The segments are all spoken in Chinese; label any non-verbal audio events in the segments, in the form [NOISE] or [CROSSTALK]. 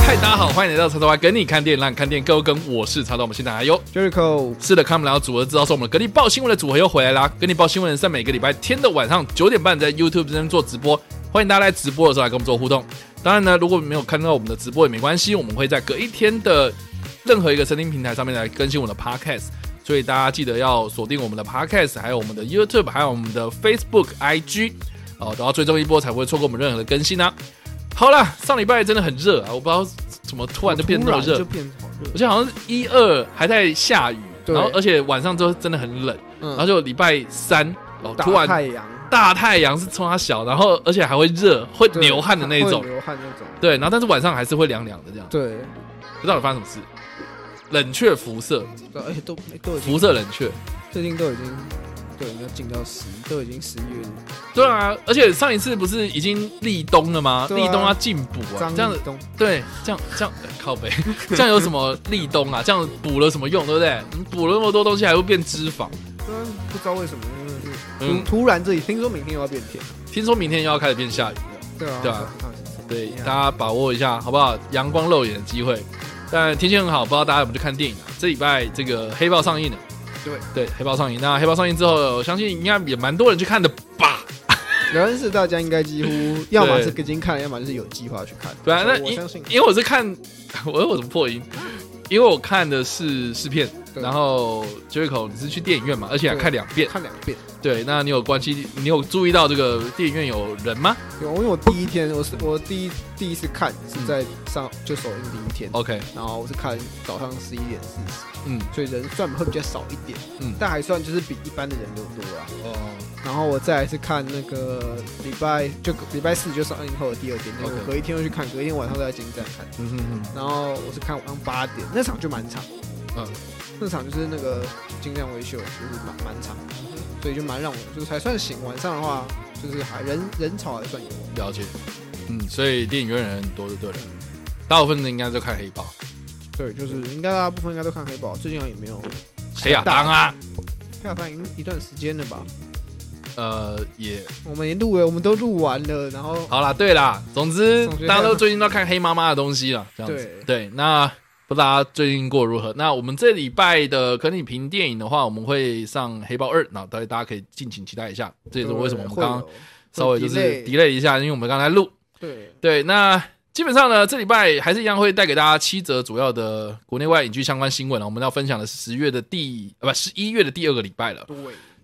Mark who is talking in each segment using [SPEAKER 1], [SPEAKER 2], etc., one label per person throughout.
[SPEAKER 1] 嗨，大家好，欢迎来到叉叉 Y 跟你看电影，让你看电影更跟。我是叉叉，我们现在还有
[SPEAKER 2] Jericho，
[SPEAKER 1] 是的，看不了组合，知道是我们的跟你报新闻的组合又回来啦。跟你报新闻在每个礼拜天的晚上九点半在 YouTube 这边做直播，欢迎大家来直播的时候来跟我们做互动。当然呢，如果没有看到我们的直播也没关系，我们会在隔一天的任何一个声听平台上面来更新我们的 Podcast。所以大家记得要锁定我们的 Podcast，还有我们的 YouTube，还有我们的 Facebook、IG，哦，都要追踪一波才不会错过我们任何的更新啊。好啦，上礼拜真的很热啊，我不知道怎么突然就变那么
[SPEAKER 2] 突然
[SPEAKER 1] 热
[SPEAKER 2] 就，变好热
[SPEAKER 1] 我。记得好像是一二还在下雨，
[SPEAKER 2] 对
[SPEAKER 1] 然后而且晚上都真的很冷，
[SPEAKER 2] 嗯
[SPEAKER 1] 然后就礼拜三哦，突
[SPEAKER 2] 大
[SPEAKER 1] 然
[SPEAKER 2] 太阳
[SPEAKER 1] 大太阳是冲它小，然后而且还会热，会
[SPEAKER 2] 对
[SPEAKER 1] 流汗的那一种
[SPEAKER 2] 会，流汗那种。
[SPEAKER 1] 对，然后但是晚上还是会凉凉的这样，
[SPEAKER 2] 对，
[SPEAKER 1] 不知道发生什么事。冷却辐射，
[SPEAKER 2] 对，而且都哎都已经
[SPEAKER 1] 辐射冷却，
[SPEAKER 2] 最近都已经都已经要进到十，都已经十一月了，
[SPEAKER 1] 对啊，而且上一次不是已经立冬了吗？
[SPEAKER 2] 对啊
[SPEAKER 1] 立冬要进补啊，
[SPEAKER 2] 张
[SPEAKER 1] 这样
[SPEAKER 2] 立
[SPEAKER 1] 子
[SPEAKER 2] 东
[SPEAKER 1] 对，这样这样、呃靠背，这样有什么立冬啊？这样补了什么用，对不对？你补了那么多东西，还会变脂肪。
[SPEAKER 2] 对啊不知道为什么，因为
[SPEAKER 1] 嗯
[SPEAKER 2] 突突然这里听说明天又要变天，
[SPEAKER 1] 听说明天又要开始变下雨了。
[SPEAKER 2] 对啊，
[SPEAKER 1] 对啊
[SPEAKER 2] 啊，
[SPEAKER 1] 对，大
[SPEAKER 2] 家
[SPEAKER 1] 家把握一下好不好？阳光露眼的机会。但天气很好，不知道大家有没有去看电影啊？这礼拜这个《黑豹》上映了。
[SPEAKER 2] 对
[SPEAKER 1] 对，《黑豹》上映。那《黑豹》上映之后，我相信应该也蛮多人去看的吧？
[SPEAKER 2] 聊天室大家应该几
[SPEAKER 1] [LAUGHS]
[SPEAKER 2] 乎要么是已经看了，要么就是有计划去看。
[SPEAKER 1] 对啊，那
[SPEAKER 2] 我
[SPEAKER 1] 因
[SPEAKER 2] 相信，
[SPEAKER 1] 因为我是看，我我怎么破音？因为我看的是试片，
[SPEAKER 2] 对
[SPEAKER 1] 然后 j e r i c o 你是去电影院嘛，而且还看两遍。
[SPEAKER 2] 看两遍。
[SPEAKER 1] 对，那你有关系？你有注意到这个电影院有人吗
[SPEAKER 2] 有，因为我第一天，我是我第一第一次看是在上就首映第一天，
[SPEAKER 1] ？OK，
[SPEAKER 2] 然后我是看早上十一点四十。
[SPEAKER 1] 嗯，
[SPEAKER 2] 所以人算会比较少一点，
[SPEAKER 1] 嗯
[SPEAKER 2] 嗯，但还算就是比一般的人流多啦。
[SPEAKER 1] 哦，
[SPEAKER 2] 然后我再来是看那个礼拜就礼拜四就上映后的第二天，那
[SPEAKER 1] OK
[SPEAKER 2] 个隔一天又去看，隔一天晚上都在金站看。
[SPEAKER 1] 嗯哼哼，
[SPEAKER 2] 然后我是看晚上八点，那场就蛮长，
[SPEAKER 1] 嗯，
[SPEAKER 2] 那场就是那个金站维修，就是蛮蛮长，所以就蛮让我就是还算行。晚上的话就是还人人潮还算有，
[SPEAKER 1] 了解，嗯，所以电影院人很多就对了，大部分的应该都看黑豹，
[SPEAKER 2] 对，就是应该大部分应该都看黑豹，最近好像也没有
[SPEAKER 1] 黑亚当啊，
[SPEAKER 2] 票房已经一段时间了吧？
[SPEAKER 1] 呃，也
[SPEAKER 2] 我们也录了，我们都录完了，然后
[SPEAKER 1] 好啦，对啦，总之
[SPEAKER 2] 总之
[SPEAKER 1] 大家都最近都看黑妈妈的东西了，这样子
[SPEAKER 2] 对，
[SPEAKER 1] 对，那。不知道大家最近过如何？那我们这礼拜的可你评电影的话，我们会上《黑豹二》，那大家大家可以敬请期待一下。这也是为什么我们
[SPEAKER 2] 会
[SPEAKER 1] 刚刚
[SPEAKER 2] 有
[SPEAKER 1] 稍微就是 delay 一下，因为我们刚才录
[SPEAKER 2] 对。
[SPEAKER 1] 对，那基本上呢，这礼拜还是一样会带给大家七则主要的国内外影剧相关新闻了。啊我们要分享的是十月的第呃不十一月的第二个礼拜了。
[SPEAKER 2] 对，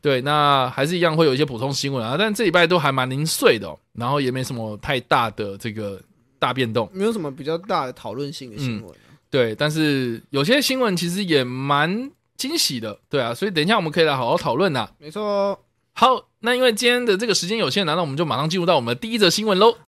[SPEAKER 1] 对，那还是一样会有一些补充新闻啊，但这礼拜都还蛮零碎的、哦，然后也没什么太大的这个大变动。
[SPEAKER 2] 没有什么比较大的讨论性的新闻啊、
[SPEAKER 1] 对，但是有些新闻其实也蛮惊喜的，对啊，所以等一下我们可以来好好讨论呐。
[SPEAKER 2] 没错哦，
[SPEAKER 1] 好，那因为今天的这个时间有限呢，那我们就马上进入到我们的第一则新闻喽。 [LAUGHS]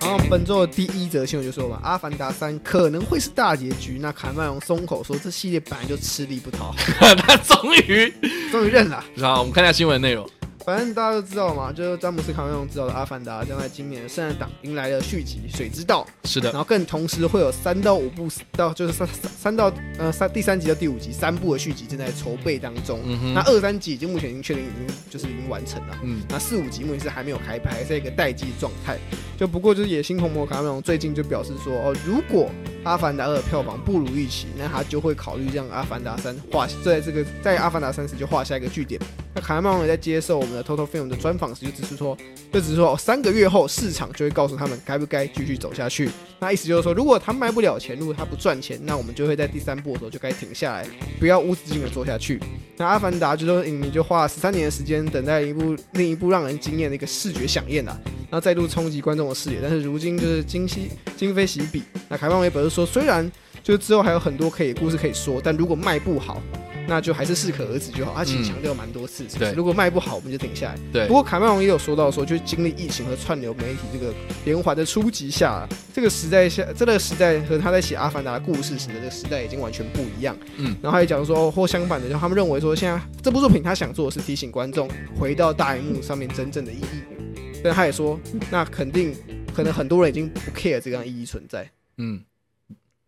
[SPEAKER 2] 然后本周的第一则新闻就说嘛，《阿凡达三》可能会是大结局。那卡麦隆松口说，这系列本来就吃力不讨好， [LAUGHS]
[SPEAKER 1] 他终于，
[SPEAKER 2] 终于认了。
[SPEAKER 1] 好，我们看一下新闻内容。
[SPEAKER 2] 反正大家都知道嘛，就是詹姆斯卡麦隆执导的《阿凡达》将在今年的圣诞档迎来了续集《水之道》，
[SPEAKER 1] 是的
[SPEAKER 2] 然，后更同时会有三到五部到就是三三三到呃三第三集到第五集三部的续集正在筹备当中。
[SPEAKER 1] 嗯哼
[SPEAKER 2] 那二三集已经目前已经确定已经就是已经完成了。
[SPEAKER 1] 嗯，
[SPEAKER 2] 那四五集目前是还没有开拍，在一个待机状态。就不过就是野心红魔卡梅隆最近就表示说，哦，如果《阿凡达二》的票房不如预期，那他就会考虑让《阿凡达三》画在这个在《阿凡达三》时就画下一个据点。那卡梅隆也在接受我们的 Total Film 的专访时就指出说，就只是说、哦、三个月后市场就会告诉他们该不该继续走下去。那意思就是说，如果他卖不了钱，如果他不赚钱，那我们就会在第三部的时候就该停下来，不要无止境的做下去。那《阿凡达》就是影迷就花了十三年的时间等待一部另一部让人惊艳的一个视觉飨宴啊，然后再度冲击观众的视野。但是如今就是今夕今非昔比，那凯曼维表示说，虽然就是之后还有很多可以故事可以说，但如果卖不好，那就还是适可而止就好。他其
[SPEAKER 1] 嗯
[SPEAKER 2] 实强调蛮多次，是不
[SPEAKER 1] 对
[SPEAKER 2] 是如果卖不好，我们就停下来。
[SPEAKER 1] 对
[SPEAKER 2] 不。过凯麦隆也有说到说，就是经历疫情和串流媒体这个连环的冲击下，这个时代下，这个时代和他在写《阿凡达》的故事时的这个时代已经完全不一样。
[SPEAKER 1] 嗯，
[SPEAKER 2] 然后他也讲说，或相反的，就他们认为说，现在这部作品他想做的是提醒观众回到大荧幕上面真正的意义，但他也说，那肯定可能很多人已经不 care 这样意义存在。
[SPEAKER 1] 嗯，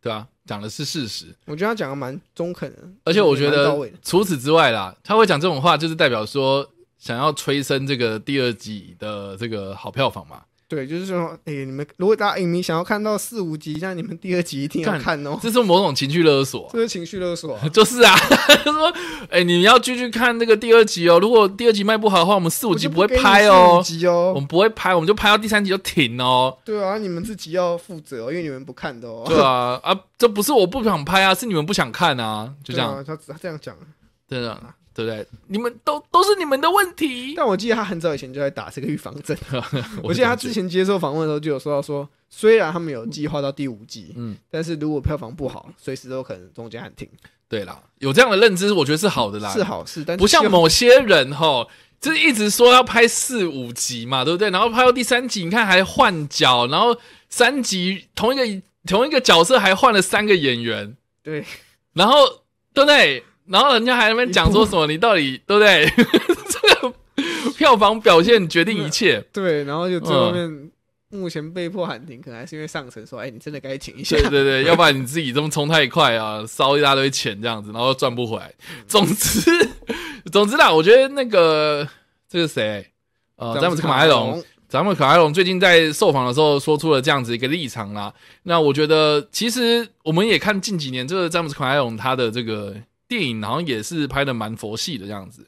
[SPEAKER 1] 对啊，讲的是事实，
[SPEAKER 2] 我觉得他讲的蛮中肯的，
[SPEAKER 1] 而且我觉
[SPEAKER 2] 蛮到
[SPEAKER 1] 得
[SPEAKER 2] 位的
[SPEAKER 1] 除此之外啦，他会讲这种话，就是代表说想要催生这个第二季的这个好票房嘛。
[SPEAKER 2] 对，就是说，哎、你们如果大家影迷想要看到四五集，那你们第二集一定要
[SPEAKER 1] 干
[SPEAKER 2] 看哦，
[SPEAKER 1] 这是某种情绪勒索啊、
[SPEAKER 2] 这是情绪勒索啊、
[SPEAKER 1] 就是啊， [LAUGHS] 就说，哎、你们要继续看那个第二集哦。如果第二集卖不好的话，我们四五
[SPEAKER 2] 我
[SPEAKER 1] 集
[SPEAKER 2] 就
[SPEAKER 1] 不会
[SPEAKER 2] 给你
[SPEAKER 1] 拍
[SPEAKER 2] 四五
[SPEAKER 1] 哦，
[SPEAKER 2] 集
[SPEAKER 1] 我
[SPEAKER 2] 哦，
[SPEAKER 1] 们不会拍，我们就拍到第三集就停
[SPEAKER 2] [LAUGHS]
[SPEAKER 1] 哦。
[SPEAKER 2] 对啊，你们自己要负责哦，因为你们不看的哦。
[SPEAKER 1] 对啊，啊，这不是我不想拍啊，是你们不想看啊，就这样，
[SPEAKER 2] 对啊，他他这样讲。啊
[SPEAKER 1] 真的、对不对？你们都都是你们的问题。
[SPEAKER 2] 但我记得他很早以前就在打这个预防针。我记
[SPEAKER 1] 觉
[SPEAKER 2] 得他之，前接受访问的时候就有说到说，虽然他们有计划到第五季，
[SPEAKER 1] 嗯，
[SPEAKER 2] 但是如果票房不好，随时都有可能中间喊停，
[SPEAKER 1] 对啦，有这样的认知，我觉得是好的啦，
[SPEAKER 2] 是啊好事，但
[SPEAKER 1] 不像
[SPEAKER 2] 希望
[SPEAKER 1] 某些人哈，就是一直说要拍四五集嘛，对不对？然后拍到第三集，你看还换角，然后三集同一个同一个角色还换了三个演员，
[SPEAKER 2] 对，
[SPEAKER 1] 然后对不对？然后人家还在那边讲说什么，你到底对不对？这个票房表现决定一切，
[SPEAKER 2] 对，然后就最后
[SPEAKER 1] 嗯
[SPEAKER 2] 面目前被迫喊停，可能还是因为上层说，哎，你真的该停一下
[SPEAKER 1] 对。对对，要不然你自己这么冲太快啊，烧一大堆钱这样子，然后赚不回来。总之，总之啦，我觉得那个这个谁，
[SPEAKER 2] [LAUGHS]
[SPEAKER 1] 呃，詹姆斯卡梅隆，，咱们可爱龙最近在受访的时候说出了这样子一个立场啦。那我觉得，其实我们也看近几年，这个詹姆斯·卡梅隆他的这个电影，好像也是拍的蛮佛系的这样子。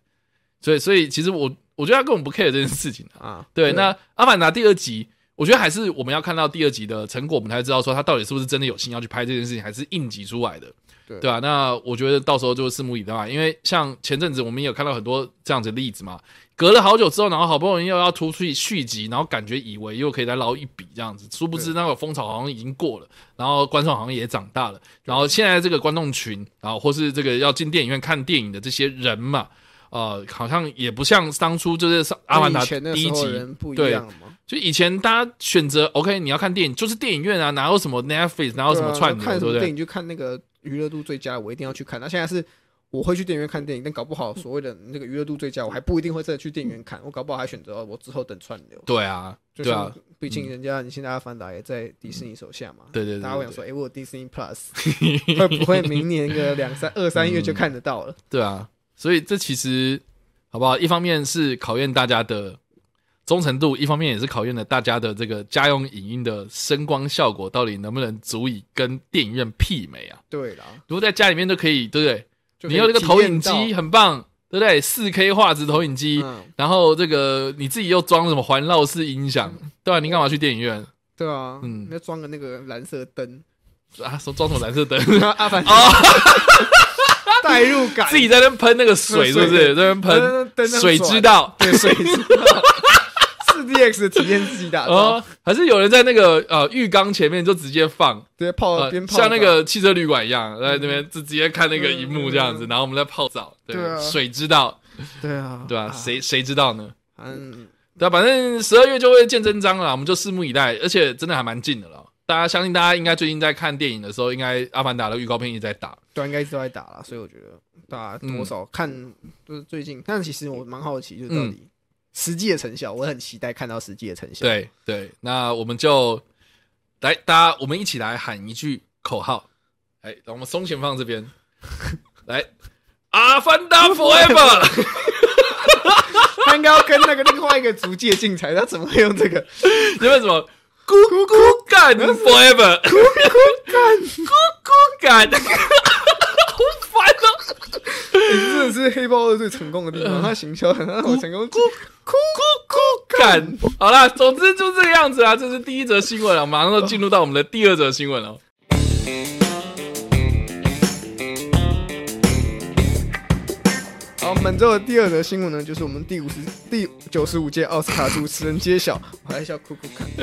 [SPEAKER 1] 所以，所以其实我我觉得他根本不 care 这件事情啊。
[SPEAKER 2] 啊，
[SPEAKER 1] 对，那《阿凡达》第二集，我觉得还是我们要看到第二集的成果，我们才知道说他到底是不是真的有心要去拍这件事情，还是应急出来的，
[SPEAKER 2] 对
[SPEAKER 1] 吧、那我觉得到时候就拭目以待吧，因为像前阵子我们也有看到很多这样子的例子嘛，隔了好久之后，然后好不容易又要突出续集，然后感觉以为又可以再捞一笔这样子，殊不知那个风潮好像已经过了，然后观众好像也长大了，然后现在这个观众群，然后或是这个要进电影院看电影的这些人嘛。呃，好像也不像当初就是上《阿凡达
[SPEAKER 2] 跟以前》那
[SPEAKER 1] 第
[SPEAKER 2] 时
[SPEAKER 1] 一
[SPEAKER 2] 候
[SPEAKER 1] 集
[SPEAKER 2] 的人不一
[SPEAKER 1] 对
[SPEAKER 2] 样嘛，
[SPEAKER 1] 就以前大家选择 OK，你要看电影就是电影院啊，哪有什么 Netflix，哪有什么
[SPEAKER 2] 对啊
[SPEAKER 1] 串
[SPEAKER 2] 就
[SPEAKER 1] 流，
[SPEAKER 2] 看什
[SPEAKER 1] 对
[SPEAKER 2] 么
[SPEAKER 1] 不
[SPEAKER 2] 电
[SPEAKER 1] 对？
[SPEAKER 2] 影就看那个娱乐度最佳，我一定要去看。那现在是。我会去电影院看电影，但搞不好所谓的那个娱乐度最佳，我还不一定会真的去电影院看。我搞不好还选择哦我之后等串流。
[SPEAKER 1] 对啊，
[SPEAKER 2] 就
[SPEAKER 1] 对啊
[SPEAKER 2] 像，毕竟人家你现在《阿凡达》也在迪士尼手下嘛，
[SPEAKER 1] 对对对
[SPEAKER 2] 大家会想
[SPEAKER 1] 对
[SPEAKER 2] 说，哎，我有 Disney Plus，会
[SPEAKER 1] [LAUGHS]
[SPEAKER 2] 不会明年个两三二三
[SPEAKER 1] 嗯
[SPEAKER 2] 月就看得到了？
[SPEAKER 1] 对啊，所以这其实好不好？一方面是考验大家的忠诚度，一方面也是考验了大家的这个家用影音的声光效果到底能不能足以跟电影院媲美啊？
[SPEAKER 2] 对啦，
[SPEAKER 1] 如果在家里面都可以，对不对？
[SPEAKER 2] 就
[SPEAKER 1] 你
[SPEAKER 2] 可
[SPEAKER 1] 有
[SPEAKER 2] 以
[SPEAKER 1] 这个
[SPEAKER 2] 体
[SPEAKER 1] 投
[SPEAKER 2] 验
[SPEAKER 1] 影
[SPEAKER 2] 到
[SPEAKER 1] 机，很棒，对不对？四 K 画质投影机，
[SPEAKER 2] 嗯，
[SPEAKER 1] 然后这个你自己又装了什么环绕式音响，
[SPEAKER 2] 嗯
[SPEAKER 1] 对啊，你干嘛去电影院？
[SPEAKER 2] 对啊，
[SPEAKER 1] 嗯
[SPEAKER 2] 嗯，要装个那个蓝色
[SPEAKER 1] [LAUGHS]
[SPEAKER 2] 灯，
[SPEAKER 1] 啊，说装什么蓝色
[SPEAKER 2] [LAUGHS]
[SPEAKER 1] 灯？
[SPEAKER 2] 阿凡达代入感，
[SPEAKER 1] 哦自己在那边喷那个水，是不是？在那边
[SPEAKER 2] 那
[SPEAKER 1] 喷
[SPEAKER 2] 那灯那么
[SPEAKER 1] 水
[SPEAKER 2] 转
[SPEAKER 1] 知道
[SPEAKER 2] 对水知道， [LAUGHS] 四 DX 的体验自己打造，
[SPEAKER 1] 哦，还是有人在那个呃浴缸前面就直接放，
[SPEAKER 2] 直接泡
[SPEAKER 1] 呃
[SPEAKER 2] 哦边泡澡嗯
[SPEAKER 1] 像那个汽车旅馆一样，在那边就直接看那个荧幕这样子，然后我们在泡澡。
[SPEAKER 2] 对啊
[SPEAKER 1] 水知道，
[SPEAKER 2] 对啊，
[SPEAKER 1] 对吧？谁谁知道呢？
[SPEAKER 2] 嗯，
[SPEAKER 1] 对啊，反正十二月就会见真章了，我们就拭目以待，而且真的还蛮近的了。大家相信，大家应该最近在看电影的时候，应该《阿凡达》的预告片一直在打。
[SPEAKER 2] 对啊，应该一直都在打了，所以我觉得大家多少看就是最近，但其实我蛮好奇，就是到底实际的成效，我很期待看到实际的成效。
[SPEAKER 1] 对对，那我们就来，大家我们一起来喊一句口号。哎，让我们松前放这 [LAUGHS] 边来，阿凡达 [LAUGHS] forever，
[SPEAKER 2] [LAUGHS] 他应该要跟那个另外一个族界竞才，他怎么会用这个？
[SPEAKER 1] 因为什么？咕咕干 forever，咕咕干，咕咕干，好烦哦！
[SPEAKER 2] 真的是黑豹二最成功的地方，他行销很好成功。
[SPEAKER 1] 咕咕干，好啦，总之就这个样子啊啦。这是第一则新闻了，马上就进入到我们的第二则新闻了。
[SPEAKER 2] 好，本周的第二则新闻呢，就是我们第五十第九十五届奥斯卡主持人揭晓，我还是要哭哭看。 [LAUGHS]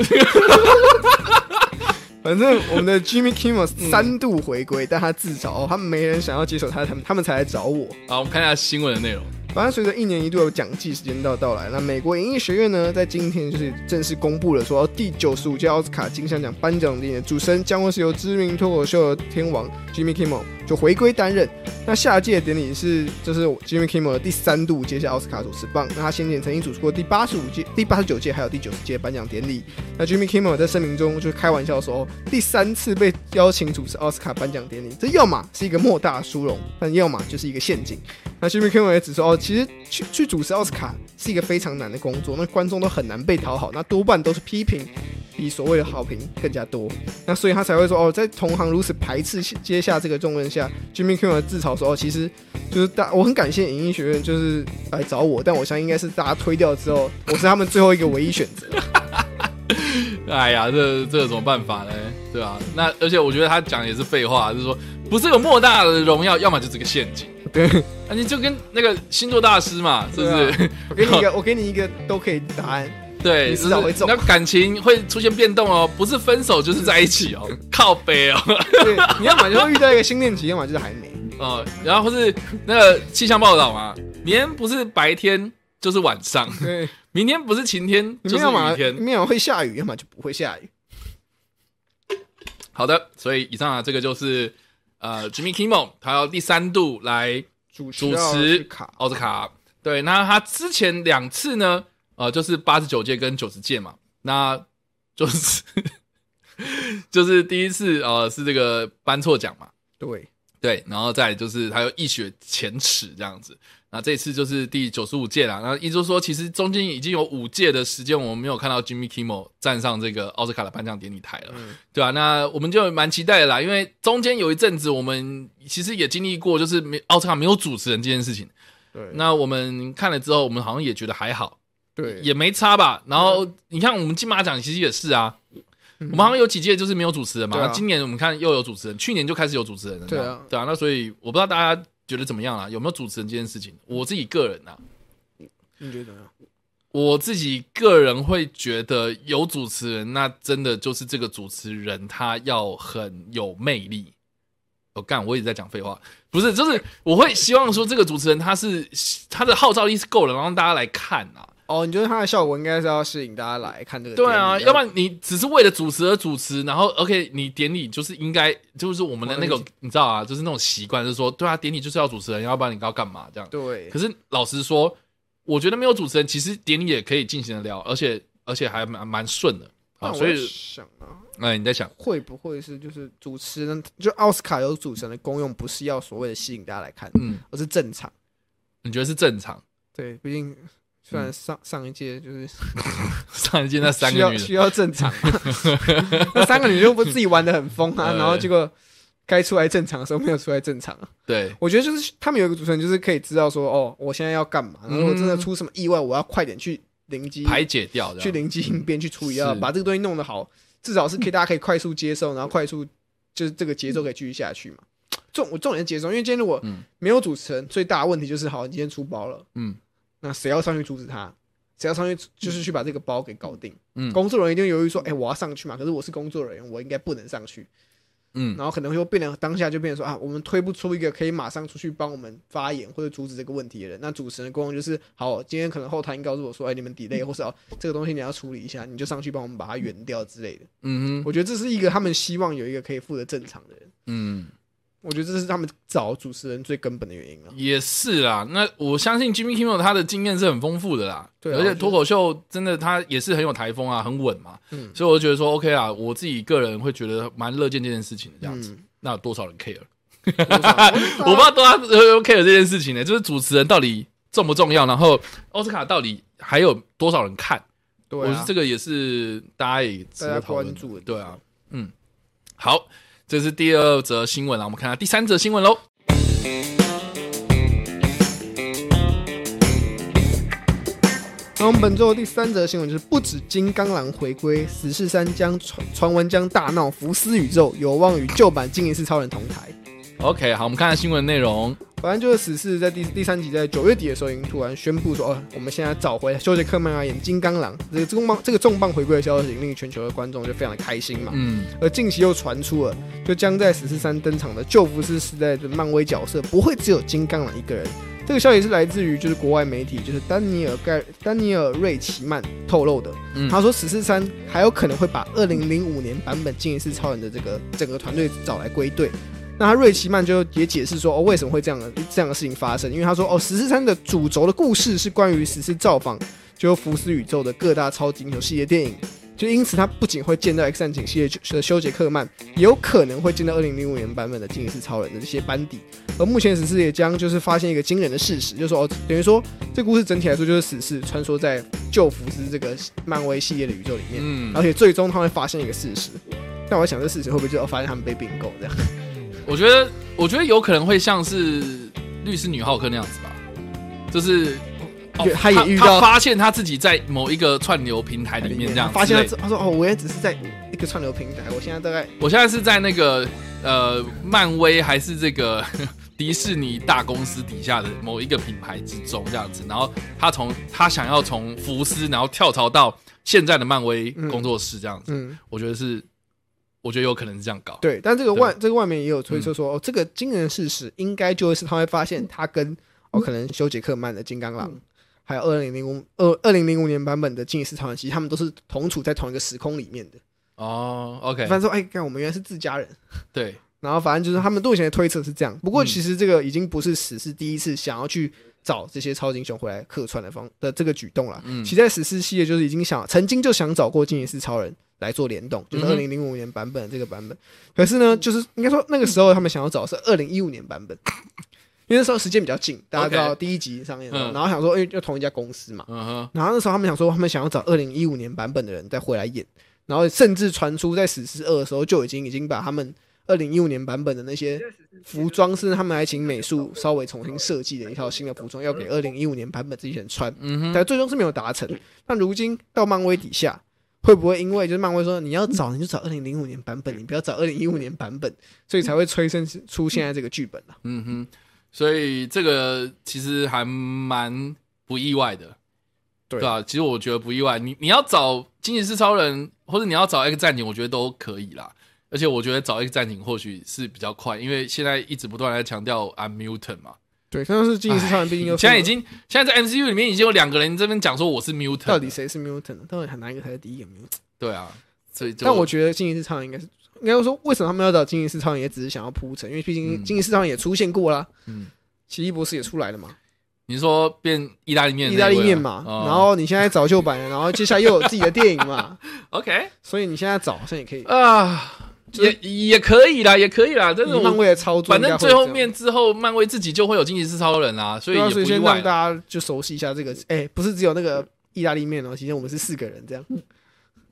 [SPEAKER 2] 反正我们的 Jimmy Kimmel 三度回归，但他自嘲、哦，他们没人想要接手他，他们他们才来找我。
[SPEAKER 1] 好，我们看一下新闻的内容。
[SPEAKER 2] 反正随着一年一度的奖季时间到到来，那美国演艺学院呢，在今天就是正式公布了说，第九十五届奥斯卡金像奖颁奖典礼，主持人将会是由知名脱口秀天王 Jimmy Kimmel 就回归担任。那下届典礼是就是 Jimmy Kimmel 的第三度接下奥斯卡主持棒。那他先前曾经主持过第八十五届、第八十九届还有第九十届颁奖典礼。那 Jimmy Kimmel 在声明中就开玩笑说，哦第三次被邀请主持奥斯卡颁奖典礼，这要么是一个莫大的殊荣，但要么就是一个陷阱。那 Jimmy Kimmel 也指出，哦，其实去去主持奥斯卡是一个非常难的工作，那观众都很难被讨好，那多半都是批评。比所谓的好评更加多，那所以他才会说哦，在同行如此排斥接下这个重任下，Jimmy Kimmel 自嘲说哦，其实就是大，我很感谢影艺学院就是来找我，但我相信应该是大家推掉之后，我是他们最后一个唯一选择。
[SPEAKER 1] 哎呀，这这有什么办法呢？对吧、那而且我觉得他讲也是废话，就是说不是有莫大的荣耀，要么就是个陷阱。
[SPEAKER 2] 对，
[SPEAKER 1] 啊，你就跟那个星座大师嘛，是不是？
[SPEAKER 2] 我给你一个，我给你一个都可以答案。
[SPEAKER 1] [LAUGHS] 对，
[SPEAKER 2] 啊你
[SPEAKER 1] 就是
[SPEAKER 2] 迟早会中
[SPEAKER 1] 那感情会出现变动哦，不是分手就是在一起
[SPEAKER 2] [LAUGHS]
[SPEAKER 1] 哦，靠背哦，
[SPEAKER 2] 对，你要么就会遇到一个新恋情，要么就是还没。
[SPEAKER 1] 哦，然后或是那个气象报道嘛，明天不是白天就是晚上，
[SPEAKER 2] 对，
[SPEAKER 1] 明天不是晴
[SPEAKER 2] [LAUGHS]
[SPEAKER 1] 天
[SPEAKER 2] 你
[SPEAKER 1] 就
[SPEAKER 2] 们
[SPEAKER 1] 是
[SPEAKER 2] 要么
[SPEAKER 1] 雨
[SPEAKER 2] 你
[SPEAKER 1] 天。
[SPEAKER 2] 们要么会下雨，要么就不会下雨。
[SPEAKER 1] 好的，所以以上啊，这个就是呃，Jimmy Kimmel 他要第三度来
[SPEAKER 2] 主持
[SPEAKER 1] 主
[SPEAKER 2] 奥
[SPEAKER 1] 持
[SPEAKER 2] 斯卡，
[SPEAKER 1] 奥斯卡。对，那他之前两次呢，呃，就是八十九届跟九十届嘛，那就是 [LAUGHS] 就是第一次呃是这个颁错奖嘛，
[SPEAKER 2] 对，
[SPEAKER 1] 对，然后再来就是他又一雪前耻这样子。那这次就是第九十五届啦，那也就是说，其实中间已经有五届的时间，我们没有看到 Jimmy Kimmel 站上这个奥斯卡的颁奖典礼台了。
[SPEAKER 2] 嗯，
[SPEAKER 1] 对啊，那我们就蛮期待的啦，因为中间有一阵子我们其实也经历过，就是没奥斯卡没有主持人这件事情。
[SPEAKER 2] 对，
[SPEAKER 1] 那我们看了之后，我们好像也觉得还好，
[SPEAKER 2] 对，
[SPEAKER 1] 也没差吧。然后你看我们金马奖其实也是啊，
[SPEAKER 2] 嗯
[SPEAKER 1] 我们好像有几届就是没有主持人嘛。
[SPEAKER 2] 对啊
[SPEAKER 1] 今年我们看又有主持人，去年就开始有主持人了。
[SPEAKER 2] 对啊
[SPEAKER 1] 这样对啊。那所以我不知道大家觉得怎么样啦，有没有主持人这件事情？我自己个人啊，
[SPEAKER 2] 你觉得怎么样？
[SPEAKER 1] 我自己个人会觉得有主持人，那真的就是这个主持人他要很有魅力。我、干，我一直在讲废话，不是，就是我会希望说这个主持人他是他的号召力是够了，然后让大家来看啊。
[SPEAKER 2] 哦，你觉得它的效果应该是要吸引大家来看这个？
[SPEAKER 1] 对啊，要不然你只是为了主持而主持，然后 OK，你典礼就是应该就是我们的那
[SPEAKER 2] 我
[SPEAKER 1] 个
[SPEAKER 2] 理解
[SPEAKER 1] 你知道啊，就是那种习惯，就是说对啊，典礼就是要主持人，要不然你要干嘛这样？
[SPEAKER 2] 对
[SPEAKER 1] 可，是老实说，我觉得没有主持人，其实典礼也可以进行得了，而且而且还蛮蛮顺的
[SPEAKER 2] 那
[SPEAKER 1] 啊。
[SPEAKER 2] 我
[SPEAKER 1] 所
[SPEAKER 2] 在
[SPEAKER 1] 以，
[SPEAKER 2] 想啊，
[SPEAKER 1] 哎，你在想，
[SPEAKER 2] 会不会是就是主持人，就奥斯卡有主持人的功用，不是要所谓的吸引大家来看，
[SPEAKER 1] 嗯，
[SPEAKER 2] 而是正常。
[SPEAKER 1] 你觉得是正常？ [LAUGHS]
[SPEAKER 2] 对，毕竟虽然上、上一届就是
[SPEAKER 1] 上一届那嗯三
[SPEAKER 2] 需
[SPEAKER 1] 个
[SPEAKER 2] 要
[SPEAKER 1] 女的
[SPEAKER 2] 需，要正常嘛，
[SPEAKER 1] [LAUGHS]
[SPEAKER 2] 那三个女生不是自己玩的很疯啊，
[SPEAKER 1] 对
[SPEAKER 2] 然后结果该出来正常的时候没有出来正常啊。
[SPEAKER 1] 对
[SPEAKER 2] 我觉得就是他们有一个主持人，就是可以知道说，哦，我现在要干嘛，然后如果真的出什么意外，我要快点去灵机
[SPEAKER 1] 嗯排解掉这
[SPEAKER 2] 去
[SPEAKER 1] 样，
[SPEAKER 2] 灵机应变去处理掉，
[SPEAKER 1] 是
[SPEAKER 2] 把这个东西弄得好，至少是可以大家可以快速接受，然后快速就是这个节奏可以继续下去嘛。重我重点是节奏，因为今天如果
[SPEAKER 1] 嗯
[SPEAKER 2] 没有主持人，最大的问题就是好，你今天出包了，
[SPEAKER 1] 嗯
[SPEAKER 2] 那谁要上去阻止他？谁要上去就是去把这个包给搞定？
[SPEAKER 1] 嗯
[SPEAKER 2] 工作人员一定会犹豫说，哎、我要上去嘛，可是我是工作人员，我应该不能上去。
[SPEAKER 1] 嗯，
[SPEAKER 2] 然后可能就变成当下就变成说啊，我们推不出一个可以马上出去帮我们发言或者阻止这个问题的人。那主持人的功能就是，好，今天可能后台告诉我说，哎，你们 delay 或是哦这个东西你要处理一下，你就上去帮我们把它圆掉之类的。
[SPEAKER 1] 嗯哼，
[SPEAKER 2] 我觉得这是一个他们希望有一个可以负责正常的人，
[SPEAKER 1] 嗯。
[SPEAKER 2] 我觉得这是他们找主持人最根本的原因啊了。
[SPEAKER 1] 也是啦，那我相信 Jimmy Kimmel 他的经验是很丰富的啦，
[SPEAKER 2] 对啊
[SPEAKER 1] 而
[SPEAKER 2] 我觉
[SPEAKER 1] 且
[SPEAKER 2] 得
[SPEAKER 1] 脱口秀真的他也是很有台风啊，很稳嘛，
[SPEAKER 2] 嗯
[SPEAKER 1] 所以我就觉得说 OK 啦，我自己个人会觉得蛮乐见这件事情的这样子。
[SPEAKER 2] 嗯，
[SPEAKER 1] 那有多少人 care？
[SPEAKER 2] 多少我
[SPEAKER 1] [LAUGHS] 我不知道多少人 care 这件事情呢、就是主持人到底重不重要，然后奥斯卡到底还有多少人看？我
[SPEAKER 2] 对
[SPEAKER 1] 觉得
[SPEAKER 2] 啊，
[SPEAKER 1] 这个也是大家也值
[SPEAKER 2] 大
[SPEAKER 1] 得
[SPEAKER 2] 家
[SPEAKER 1] 讨论
[SPEAKER 2] 关注的地
[SPEAKER 1] 对
[SPEAKER 2] 方
[SPEAKER 1] 啊，嗯，好，这是第二则新闻啦，我们看下第三则新闻喽。
[SPEAKER 2] 那我们本周的第三则新闻就是，不止金刚狼回归，死侍三将传传闻将大闹福斯宇宙，有望与旧版金银式超人同台。
[SPEAKER 1] OK，好，我们看下新闻内容。
[SPEAKER 2] 反正就是死侍在第第三集在九月底的时候，已经突然宣布说，哦，我们现在找回休杰克曼要演金刚狼，这个重磅这个重磅回归的消息，令全球的观众就非常的开心嘛。
[SPEAKER 1] 嗯
[SPEAKER 2] 而近期又传出了，就将在死侍三登场的旧福斯时代的漫威角色不会只有金刚狼一个人。这个消息是来自于就是国外媒体，就是丹尼尔盖丹尼尔瑞奇曼透露的。
[SPEAKER 1] 嗯
[SPEAKER 2] 他说死侍三还有可能会把二零零五年版本《金银四超人》的这个整个团队找来归队。那他瑞奇曼就也解释说，哦，为什么会这样的这样的事情发生？因为他说，哦，十四三的主轴的故事是关于十四造访就福斯宇宙的各大超级英雄系列电影，就因此他不仅会见到 X 战警系列的修杰克曼，也有可能会见到二零零五年版本的惊奇四超人的这些班底。而目前史四也将就是发现一个惊人的事实，就是说，哦，等于说这故事整体来说就是史四穿梭在旧福斯这个漫威系列的宇宙里面。
[SPEAKER 1] 嗯，
[SPEAKER 2] 而且最终他会发现一个事实。但我想这事实会不会就哦发现他们被并购这样？
[SPEAKER 1] 我觉得，我觉得有可能会像是律师女浩克那样子吧，就是。哦
[SPEAKER 2] 对他也遇到
[SPEAKER 1] 他发现他自己在某一个串流平台里面这样之类的，
[SPEAKER 2] 发现他之他说哦，我也只是在一个串流平台，我现在大概
[SPEAKER 1] 我现在是在那个呃，漫威还是这个 [LAUGHS] 迪士尼大公司底下的某一个品牌之中这样子，然后他从他想要从福斯，然后跳槽到现在的漫威工作室这样子，
[SPEAKER 2] 嗯
[SPEAKER 1] 我觉得是，我觉得有可能是这样搞。
[SPEAKER 2] 对，但这个外这个外面也有推测说、哦，这个惊人的事实应该就会是他会发现他跟哦可能修杰克曼的金刚狼。还有二零零五二二零零五年版本的《惊奇四超人》，其实他们都是同处在同一个时空里面的。
[SPEAKER 1] 哦，OK，
[SPEAKER 2] 反正说，哎，看我们原来是自家人，
[SPEAKER 1] 对，
[SPEAKER 2] 然后反正就是他们目前的推测是这样。不过
[SPEAKER 1] 嗯
[SPEAKER 2] 其实这个已经不是史诗第一次想要去找这些超级英雄回来客串的方的这个举动了。
[SPEAKER 1] 嗯
[SPEAKER 2] 其实在史诗系列就是已经想曾经就想找过《惊奇四超人》来做联动，就是
[SPEAKER 1] 嗯哼
[SPEAKER 2] 二零零五年版本的这个版本。可是呢，就是应该说那个时候他们想要找的是二零一五年版本。因为那时候时间比较近，大家知道第一集上映的时候
[SPEAKER 1] 嗯
[SPEAKER 2] 然后想说，哎、就同一家公司嘛，
[SPEAKER 1] 嗯哼，
[SPEAKER 2] 然后那时候他们想说，他们想要找二零一五年版本的人再回来演，然后甚至传出在《史诗二》的时候就已经已经把他们二零一五年版本的那些服装，是他们还请美术稍微重新设计的一套新的服装，要给二零一五年版本这些人穿，
[SPEAKER 1] 嗯哼，
[SPEAKER 2] 但最终是没有达成。那如今到漫威底下。会不会因为就是漫威说你要找你就找二零零五年版本，你不要找二零一五年版本，所以才会催生出现在这个剧本啊？
[SPEAKER 1] 嗯哼，所以这个其实还蛮不意外的，
[SPEAKER 2] 对
[SPEAKER 1] 吧、其实我觉得不意外。你你要找惊奇四超人，或者你要找 X 战警，我觉得都可以啦。而且我觉得找 X 战警或许是比较快，因为现在一直不断地在强调 I'm mutant 嘛。
[SPEAKER 2] 对，但是《惊奇四超人》毕竟又
[SPEAKER 1] 现在已经现在在 MCU 里面已经有两个人这边讲说我是 mutant，
[SPEAKER 2] 到底谁是 mutant？呢到底哪一个才是第一个 mutant？
[SPEAKER 1] 对啊，所以就
[SPEAKER 2] 但我觉得《惊奇四超人》应该是，应该说为什么他们要找《惊奇四超人》，也只是想要铺陈，因为毕竟
[SPEAKER 1] 嗯
[SPEAKER 2] 《惊奇四超人》也出现过啦，
[SPEAKER 1] 嗯，
[SPEAKER 2] 奇异博士也出来了嘛，
[SPEAKER 1] 你说变意大利面
[SPEAKER 2] 意
[SPEAKER 1] 的那
[SPEAKER 2] 大
[SPEAKER 1] 位啊，
[SPEAKER 2] 利面嘛，
[SPEAKER 1] 哦
[SPEAKER 2] 然后你现在找旧版了，然后接下来又有自己的电影嘛，
[SPEAKER 1] OK
[SPEAKER 2] 所以你现在找好像也可以，
[SPEAKER 1] 啊，
[SPEAKER 2] 就
[SPEAKER 1] 也
[SPEAKER 2] 是
[SPEAKER 1] 也可以啦，也可以啦， [LAUGHS] 但是
[SPEAKER 2] 以
[SPEAKER 1] 我
[SPEAKER 2] 漫威的操作
[SPEAKER 1] 反
[SPEAKER 2] 应该
[SPEAKER 1] 正
[SPEAKER 2] 会这
[SPEAKER 1] 最
[SPEAKER 2] 样，
[SPEAKER 1] 后面之后，漫威自己就会有惊奇四超人啦、所以
[SPEAKER 2] 对啊
[SPEAKER 1] 也
[SPEAKER 2] 所
[SPEAKER 1] 不
[SPEAKER 2] 以
[SPEAKER 1] 意
[SPEAKER 2] 先
[SPEAKER 1] 外
[SPEAKER 2] 让。大家就熟悉一下这个，哎，不是只有那个意大利面哦，其实我们是四个人这样。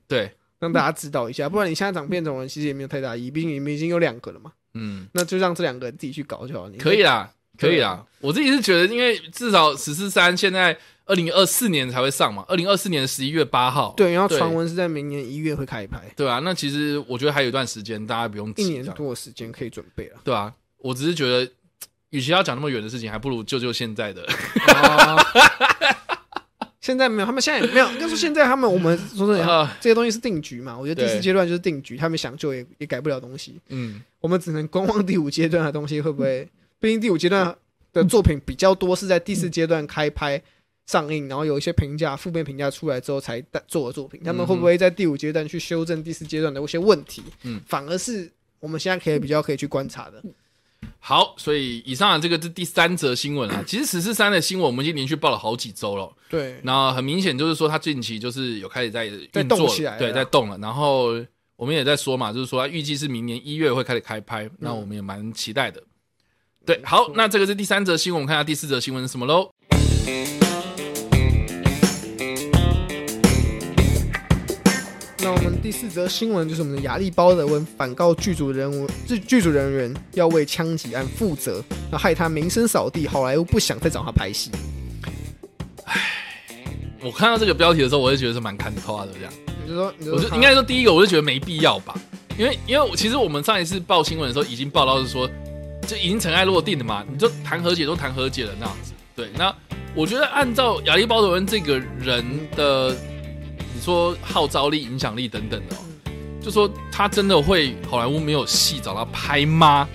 [SPEAKER 1] 对，
[SPEAKER 2] 让大家知道一下，不然你现在长变种人其实也没有太大意义，毕竟你们已经有两个了嘛，
[SPEAKER 1] 嗯，
[SPEAKER 2] 那就让这两个人自己去搞就好了。你
[SPEAKER 1] 可以啊啦，可
[SPEAKER 2] 对啊
[SPEAKER 1] 以啦。我自己是觉得，因为至少十四三现在二零二四年才会上嘛，二零二四年十一月八号。
[SPEAKER 2] 对，然后
[SPEAKER 1] 对
[SPEAKER 2] 传闻是在明年一月会开拍，
[SPEAKER 1] 对啊，那其实我觉得还有一段时间，大家不用
[SPEAKER 2] 一
[SPEAKER 1] 急
[SPEAKER 2] 年
[SPEAKER 1] 这样。。
[SPEAKER 2] 多的时间可以准备了
[SPEAKER 1] 对啊，我只是觉得，与其要讲那么远的事情，还不如救救现在的。
[SPEAKER 2] [LAUGHS] 哦现在没有，他们现在也没有。应该说现在他们，我们说真的，
[SPEAKER 1] 啊
[SPEAKER 2] 这些东西是定局嘛。我觉得第
[SPEAKER 1] 对
[SPEAKER 2] 四阶段就是定局，他们想救也也改不了东西，
[SPEAKER 1] [LAUGHS] 嗯，
[SPEAKER 2] 我们只能观望第五阶段的东西会不会。毕竟第五阶段的作品比较多是在第四阶段开拍上映，然后有一些评价负面评价出来之后才做的作品，他们会不会在第五阶段去修正第四阶段的一些问题？
[SPEAKER 1] 嗯，
[SPEAKER 2] 反而是我们现在可以比较可以去观察的。
[SPEAKER 1] 好，所以以上的这个是第三则新闻啊。其实十四三的新闻我们已经连续报了好几周了。
[SPEAKER 2] 对，
[SPEAKER 1] 那很明显就是说，他近期就是有开始在运
[SPEAKER 2] 在
[SPEAKER 1] 作
[SPEAKER 2] 动起来了
[SPEAKER 1] 对，在动了。然后我们也在说嘛，就是说他啊预计是明年一月会开始开
[SPEAKER 2] 嗯
[SPEAKER 1] 拍，那我们也蛮期待的。对，好，那这个是第三则新闻，我们看一下第四则新闻是什么喽。
[SPEAKER 2] 那我们第四则新闻就是我们的雅利鲍德文反告剧组人物，剧剧组人员要为枪击案负责，那害他名声扫地，好莱坞不想再找他拍戏。
[SPEAKER 1] 我看到这个标题的时候，我就觉得是啊蛮看夸的这样。
[SPEAKER 2] 你就说，你
[SPEAKER 1] 我
[SPEAKER 2] 就
[SPEAKER 1] 就
[SPEAKER 2] 说啊
[SPEAKER 1] 应该说第一个，我就觉得没必要吧，因为因为我其实我们上一次报新闻的时候已经报道是说，就已经尘埃落定了嘛，你就谈和解都谈和解了那样子。对，那我觉得按照亚历鲍德文这个人的，你说号召力、影响力等等的、哦，就说他真的会好莱坞没有戏找他拍吗？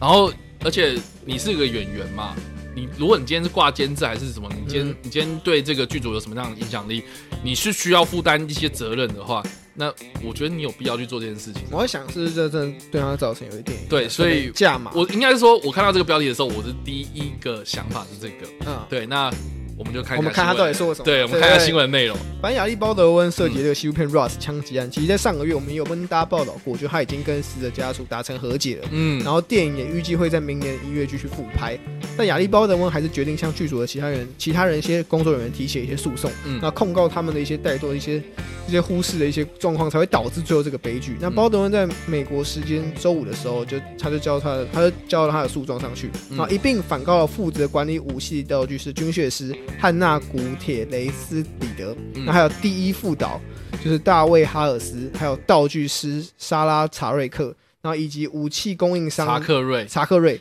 [SPEAKER 1] 然后，而且你是个演员嘛，你如果你今天是挂监制还是什么，你今天、
[SPEAKER 2] 嗯
[SPEAKER 1] 你今天对这个剧组有什么样的影响力，你是需要负担一些责任的话，那我觉得你有必要去做这件事情。
[SPEAKER 2] 我在想是不是这真的对他造成有一点
[SPEAKER 1] 对所以
[SPEAKER 2] 价码，
[SPEAKER 1] 我应该是说，我看到这个标题的时候，我的第一个想法是这个。
[SPEAKER 2] 嗯，
[SPEAKER 1] 对，那我们就看一下
[SPEAKER 2] 我们看他
[SPEAKER 1] 新闻
[SPEAKER 2] 到底说了什么。
[SPEAKER 1] 对，我们看一下新
[SPEAKER 2] 闻。
[SPEAKER 1] 闻嗯内容。
[SPEAKER 2] 反正亚历·鲍德温涉及这个西部片 Rust 枪击案，其实在上个月我们也有跟大家报道过，就他已经跟死者家属达成和解了。
[SPEAKER 1] 嗯，
[SPEAKER 2] 然后电影也预计会在明年一月继续复拍，但亚历·鲍德温还是决定向剧组的其他人、其他人一些工作人员提起一些诉讼，
[SPEAKER 1] 嗯
[SPEAKER 2] 那控告他们的一些怠惰、一些一些忽视的一些状况，才会导致最后这个悲剧。
[SPEAKER 1] 嗯
[SPEAKER 2] 那鲍德温在美国时间周五的时候，就他就交他的，他就交了他的诉状上去，
[SPEAKER 1] 嗯
[SPEAKER 2] 然后一并反告了负责管理武器道具是军械师汉纳古铁雷斯里德，
[SPEAKER 1] 嗯
[SPEAKER 2] 那还有第一副导就是大卫哈尔斯，还有道具师莎拉查瑞克。然后以及武器供应商
[SPEAKER 1] 查克瑞，
[SPEAKER 2] 查克瑞，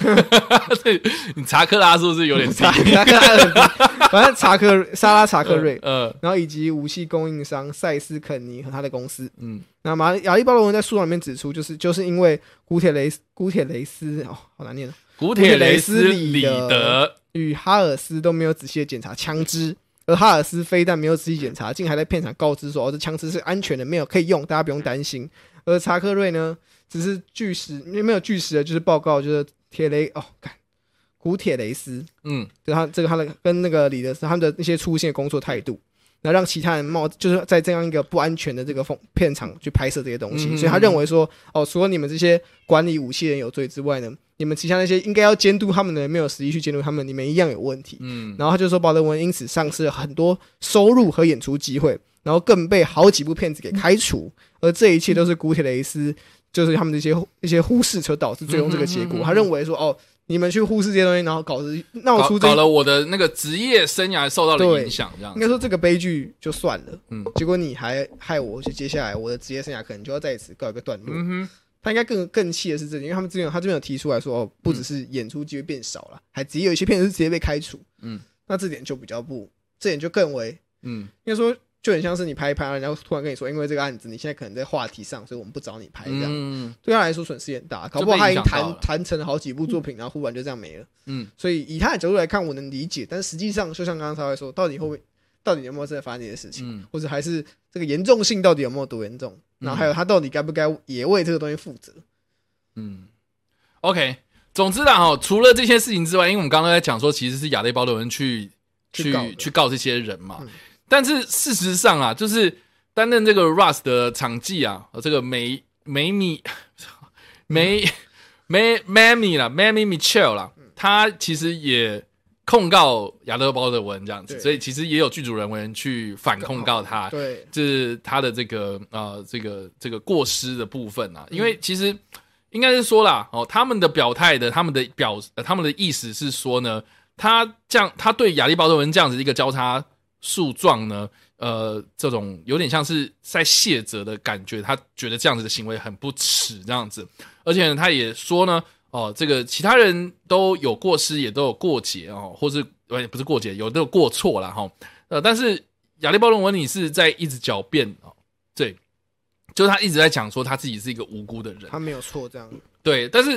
[SPEAKER 1] [LAUGHS] 对你查克拉是不是
[SPEAKER 2] [LAUGHS]
[SPEAKER 1] 有点低
[SPEAKER 2] 查查克拉， [LAUGHS] 反正查克莎拉查
[SPEAKER 1] [LAUGHS]
[SPEAKER 2] 克瑞，
[SPEAKER 1] 呃，
[SPEAKER 2] 然后以及武器供应商塞斯肯尼和他的公司。
[SPEAKER 1] 嗯，
[SPEAKER 2] 那马亚利巴罗文在书上面指出，就是就是因为古铁雷斯古铁雷斯哦，好难念哦，
[SPEAKER 1] 古
[SPEAKER 2] 铁
[SPEAKER 1] 铁
[SPEAKER 2] 雷
[SPEAKER 1] 雷
[SPEAKER 2] 斯
[SPEAKER 1] 斯
[SPEAKER 2] 里
[SPEAKER 1] 里
[SPEAKER 2] 德
[SPEAKER 1] 德，
[SPEAKER 2] 与哈尔斯都没有仔细的检查枪支。而哈尔斯非但没有仔细检查，竟还在片场告知说：“哦，这枪支是安全的，没有可以用，大家不用担心。”而查克瑞呢，只是据实没有据实的，就是报告就是铁雷哦，干古铁雷斯
[SPEAKER 1] 嗯，
[SPEAKER 2] 就他这个他的跟那个李德斯他们的一些出现工作态度，那让其他人冒就是在这样一个不安全的这个风片场去拍摄这些东西，
[SPEAKER 1] 嗯
[SPEAKER 2] 所以他认为说，哦，除了你们这些管理武器的人有罪之外呢，你们其他那些应该要监督他们的人没有实际去监督他们，你们一样有问题。
[SPEAKER 1] 嗯，
[SPEAKER 2] 然后他就说，鲍德文因此丧失了很多收入和演出机会，然后更被好几部片子给开除，
[SPEAKER 1] 嗯
[SPEAKER 2] 而这一切都是古铁雷斯就是他们的一些一些忽视，所导致最终这个结
[SPEAKER 1] 嗯嗯
[SPEAKER 2] 果。
[SPEAKER 1] 嗯嗯
[SPEAKER 2] 他认为说，哦，你们去忽视这些东西，然后搞得闹
[SPEAKER 1] 搞
[SPEAKER 2] 出这
[SPEAKER 1] 搞了我的那个职业生涯受到了
[SPEAKER 2] 对
[SPEAKER 1] 影响，这样
[SPEAKER 2] 应，该说这个悲剧就算了，
[SPEAKER 1] 啊嗯
[SPEAKER 2] 结果你还害我，就接下来我的职业生涯可能就要在此告一个段落。
[SPEAKER 1] 嗯哼，
[SPEAKER 2] 他应该更更气的是这点，因为他们这边有他这边有提出来说，哦，不
[SPEAKER 1] 嗯
[SPEAKER 2] 只是演出机会变少了，还只有一些片子是直接被开除。
[SPEAKER 1] 嗯，
[SPEAKER 2] 那这点就比较不，这点就更为
[SPEAKER 1] 嗯
[SPEAKER 2] 应该说就很像是你拍一拍，然后突然跟你说，因为这个案子你现在可能在话题上，所以我们不找你拍哎这样。
[SPEAKER 1] 嗯
[SPEAKER 2] 对他来说损失也很大，搞
[SPEAKER 1] 就
[SPEAKER 2] 不好
[SPEAKER 1] 被
[SPEAKER 2] 他已
[SPEAKER 1] 影
[SPEAKER 2] 经
[SPEAKER 1] 响到
[SPEAKER 2] 谈
[SPEAKER 1] 了
[SPEAKER 2] 谈成了好几部作品，然后忽然就这样没了。
[SPEAKER 1] 嗯，
[SPEAKER 2] 所以以他的角度来看，我能理解，但实际上就像刚刚他会说，到底会不会，到底有没有真的发生这些事情，
[SPEAKER 1] 嗯
[SPEAKER 2] 或者还是这个严重性到底有没有多严重？然后还有他到底该不该也为这个东西负责？
[SPEAKER 1] 嗯，OK。总之啦，哈，除了这些事情之外，因为我们刚刚在讲说，其实是亚雷包的人去
[SPEAKER 2] 去告的
[SPEAKER 1] 去去告这些人嘛。
[SPEAKER 2] 嗯
[SPEAKER 1] 但是事实上啊，就是担任这个 Rust 的场记啊，呃这个梅梅米 [LAUGHS]
[SPEAKER 2] 嗯
[SPEAKER 1] 梅梅 Mammy 啦，Mammy Mitchell 啦，他其实也控告亚德包的文这样子，
[SPEAKER 2] 对
[SPEAKER 1] 所以其实也有剧组人员去反控告他，
[SPEAKER 2] 对，
[SPEAKER 1] 就是他的这个呃这个这个过失的部分啊，因
[SPEAKER 2] 嗯
[SPEAKER 1] 为其实应该是说啦，哦，他们的表态的，他们的表、呃他们的意思是说呢，他这样他对亚利鲍德文这样子一个交叉诉状呢，呃，这种有点像是在卸责的感觉，他觉得这样子的行为很不耻这样子，而且呢，他也说呢。哦，这个其他人都有过失，也都有过节哦，或是呃不是过节，有都有过错啦。哈、呃，但是亚历鲍伦文你是在一直狡辩哦，对，就是他一直在讲说他自己是一个无辜的人，
[SPEAKER 2] 他没有错，这样
[SPEAKER 1] 对，但是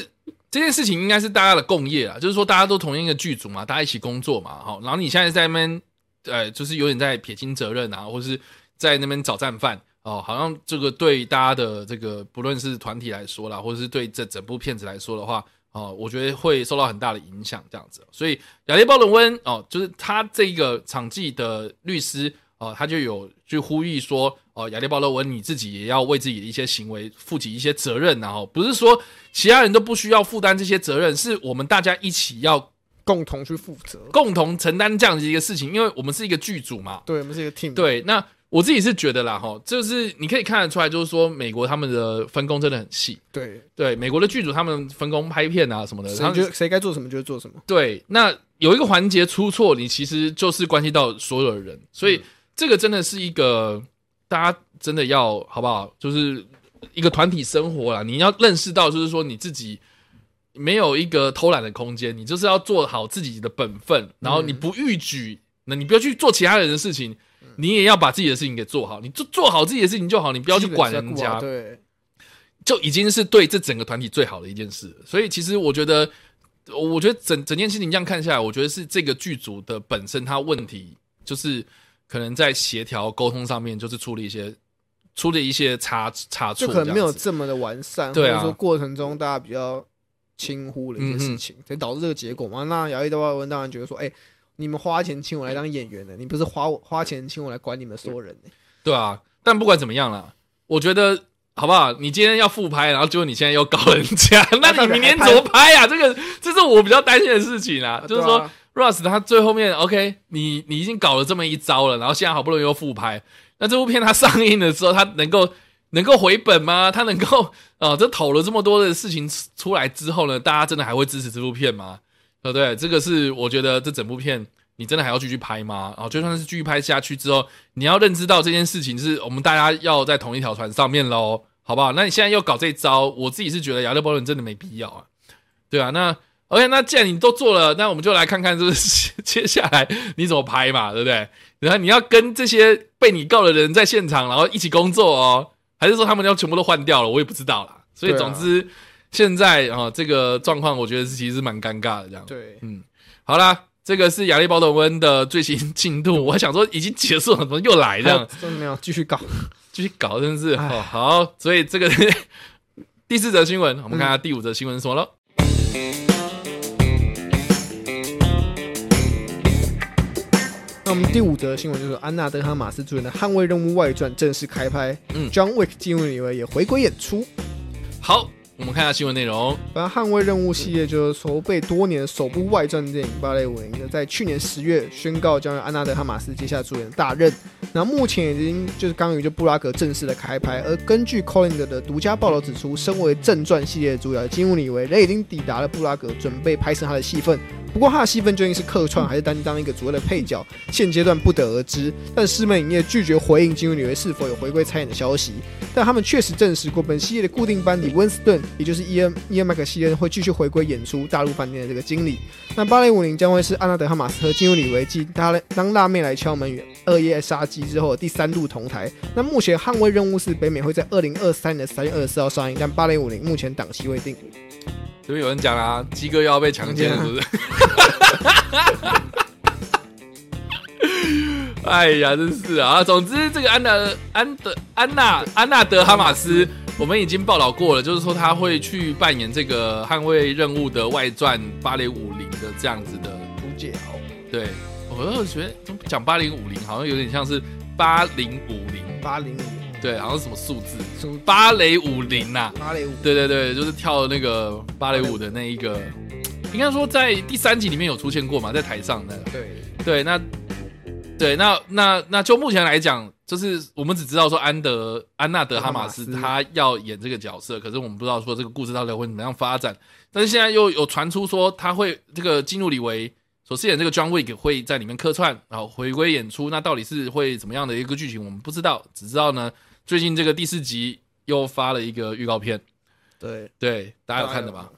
[SPEAKER 1] 这件事情应该是大家的共业啊，就是说大家都同一个剧组嘛，大家一起工作嘛，好，然后你现在在那边，呃，就是有点在撇清责任啊，或是在那边找战犯哦，好像这个对大家的这个不论是团体来说啦，或者是对这整部片子来说的话。哦，我觉得会受到很大的影响，这样子。所以亚历鲍伦温哦，就是他这个场记的律师哦，他就有去呼吁说，哦，亚历鲍伦温你自己也要为自己的一些行为负起一些责任、然后不是说其他人都不需要负担这些责任，是我们大家一起要
[SPEAKER 2] 共同去负责。
[SPEAKER 1] 共同承担这样的一个事情，因为我们是一个剧组嘛。
[SPEAKER 2] 对，我们是一个 team。，
[SPEAKER 1] 对，那我自己是觉得啦，哈，就是你可以看得出来，就是说美国他们的分工真的很细。
[SPEAKER 2] 对，
[SPEAKER 1] 对，美国的剧组他们分工拍片啊什么的，他
[SPEAKER 2] 谁
[SPEAKER 1] 们
[SPEAKER 2] 就谁该做什么就做什么。
[SPEAKER 1] 对，那有一个环节出错，你其实就是关系到所有的人，所以这个真的是一个大家真的要好不好？就是一个团体生活啦，你要认识到，就是说你自己没有一个偷懒的空间，你就是要做好自己的本分，然后你不逾矩，那你不要去做其他人的事情。你也要把自己的事情给做好，你就做好自己的事情就好，你不
[SPEAKER 2] 不
[SPEAKER 1] 要去管人家。
[SPEAKER 2] 对，
[SPEAKER 1] 就已经是对这整个团体最好的一件事了。所以其实我觉得，我觉得整整件事情这样看下来，我觉得是这个剧组的本身它问题就是可能在协调沟通上面就是出了一些出了一些差差错，
[SPEAKER 2] 就可能没有
[SPEAKER 1] 这样子
[SPEAKER 2] 这么的完善，
[SPEAKER 1] 对啊
[SPEAKER 2] 或者说过程中大家比较轻忽了一些事情，
[SPEAKER 1] 嗯
[SPEAKER 2] 才导致这个结果嘛。那姚一的话，文当然觉得说，哎、你们花钱请我来当演员的，你不是花我花钱请我来管你们所有人欸的、
[SPEAKER 1] 对啊。但不管怎么样啦，我觉得好不好？你今天要复拍，然后结果你现在又告人
[SPEAKER 2] [LAUGHS]
[SPEAKER 1] 家，那你明年怎么拍啊？这个这是我比较担心的事情啊，就是说
[SPEAKER 2] 对啊
[SPEAKER 1] Russ 他最后面 OK，你你已经搞了这么一招了，然后现在好不容易又复拍，那这部片它上映的时候，它能够能够回本吗？它能够啊、呃这投了这么多的事情出出来之后呢，大家真的还会支持这部片吗？对呃不对？这个是我觉得这整部片你真的还要继续拍吗？啊、就算是继续拍下去之后，你要认知到这件事情是我们大家要在同一条船上面喽，好不好？那你现在又搞这一招，我自己是觉得亚特伯伦真的没必要啊，对啊，那 OK，那既然你都做了，那我们就来看看这个 [LAUGHS] 接下来你怎么拍嘛，对不对？然后你要跟这些被你告的人在现场，然后一起工作哦，还是说他们要全部都换掉了？我也不知道啦。所以
[SPEAKER 2] 对啊
[SPEAKER 1] 总之，现在啊、哦这个状况我觉得是其实是蛮尴尬的这样。
[SPEAKER 2] 对，
[SPEAKER 1] 好啦，这个是亚历鲍德温的最新进度。我还想说已经结束了，怎么又来这
[SPEAKER 2] 还有
[SPEAKER 1] 样？
[SPEAKER 2] 真的没有继续搞，
[SPEAKER 1] 继续搞，真是
[SPEAKER 2] 唉
[SPEAKER 1] 哦。好，所以这个 [LAUGHS] 第四则新闻，我们看下第五则新闻是什么了。
[SPEAKER 2] 那我们第五则新闻就是安娜德哈马斯主演的《捍卫任务外传》正式开拍，
[SPEAKER 1] 嗯
[SPEAKER 2] j o h n Wick 进入里维也回归演出。
[SPEAKER 1] 好，我们看下新闻内容。
[SPEAKER 2] 反正《捍卫任务》系列就是筹备多年的首部外传电影《芭蕾舞营》呢，在去年十月宣告将由安娜德·哈马斯接下主演的大任。那目前已经就是刚于就布拉格正式的开拍，而根据 Colin 的独家报道指出，身为正传系列的主角金·姆里维人已经抵达了布拉格，准备拍摄他的戏份。不过他的戏份究竟是客串还是担当一个所谓的配角，现阶段不得而知。但狮妹影业拒绝回应金·姆里维是否有回归参演的消息。但他们确实证实过，本系列的固定班底温斯顿，也就是伊恩伊恩麦克西恩会继续回归演出大陆饭店的这个经理。那芭蕾舞林将会是安娜德哈马斯和金入里维基他来当辣妹来敲门与二夜杀机之后的第三度同台。那目前捍卫任务是北美会在二零二三年的三月二十四号上映，但芭蕾舞林目前档期未定。
[SPEAKER 1] 这边有人讲啦、鸡哥又要被强奸了，是不是？哎呀，真是啊！总之，这个安娜、安德、安娜、安娜德哈马斯，我们已经报道过了，就是说他会去扮演这个《捍卫任务》的外传芭蕾舞林的这样子的。
[SPEAKER 2] 不解哦，
[SPEAKER 1] 对，我又觉得讲八零五零好像有点像是八零五零，
[SPEAKER 2] 八零五
[SPEAKER 1] 对，好像是什么数字，
[SPEAKER 2] 出
[SPEAKER 1] 芭蕾舞林呐、
[SPEAKER 2] 芭蕾舞
[SPEAKER 1] 对对对，就是跳那个芭蕾舞的那一个，应该说在第三集里面有出现过嘛，在台上的。
[SPEAKER 2] 对
[SPEAKER 1] 对，那对那那那就目前来讲，就是我们只知道说安德安纳德哈马斯
[SPEAKER 2] 哈马斯
[SPEAKER 1] 他要演这个角色，可是我们不知道说这个故事到底会怎么样发展。但是现在又有传出说他会这个基努里维所饰演这个 John Wick 会在里面客串，然后回归演出。那到底是会怎么样的一个剧情，我们不知道，只知道呢，最近这个第四集又发了一个预告片，
[SPEAKER 2] 对，
[SPEAKER 1] 对大家有看的吧？？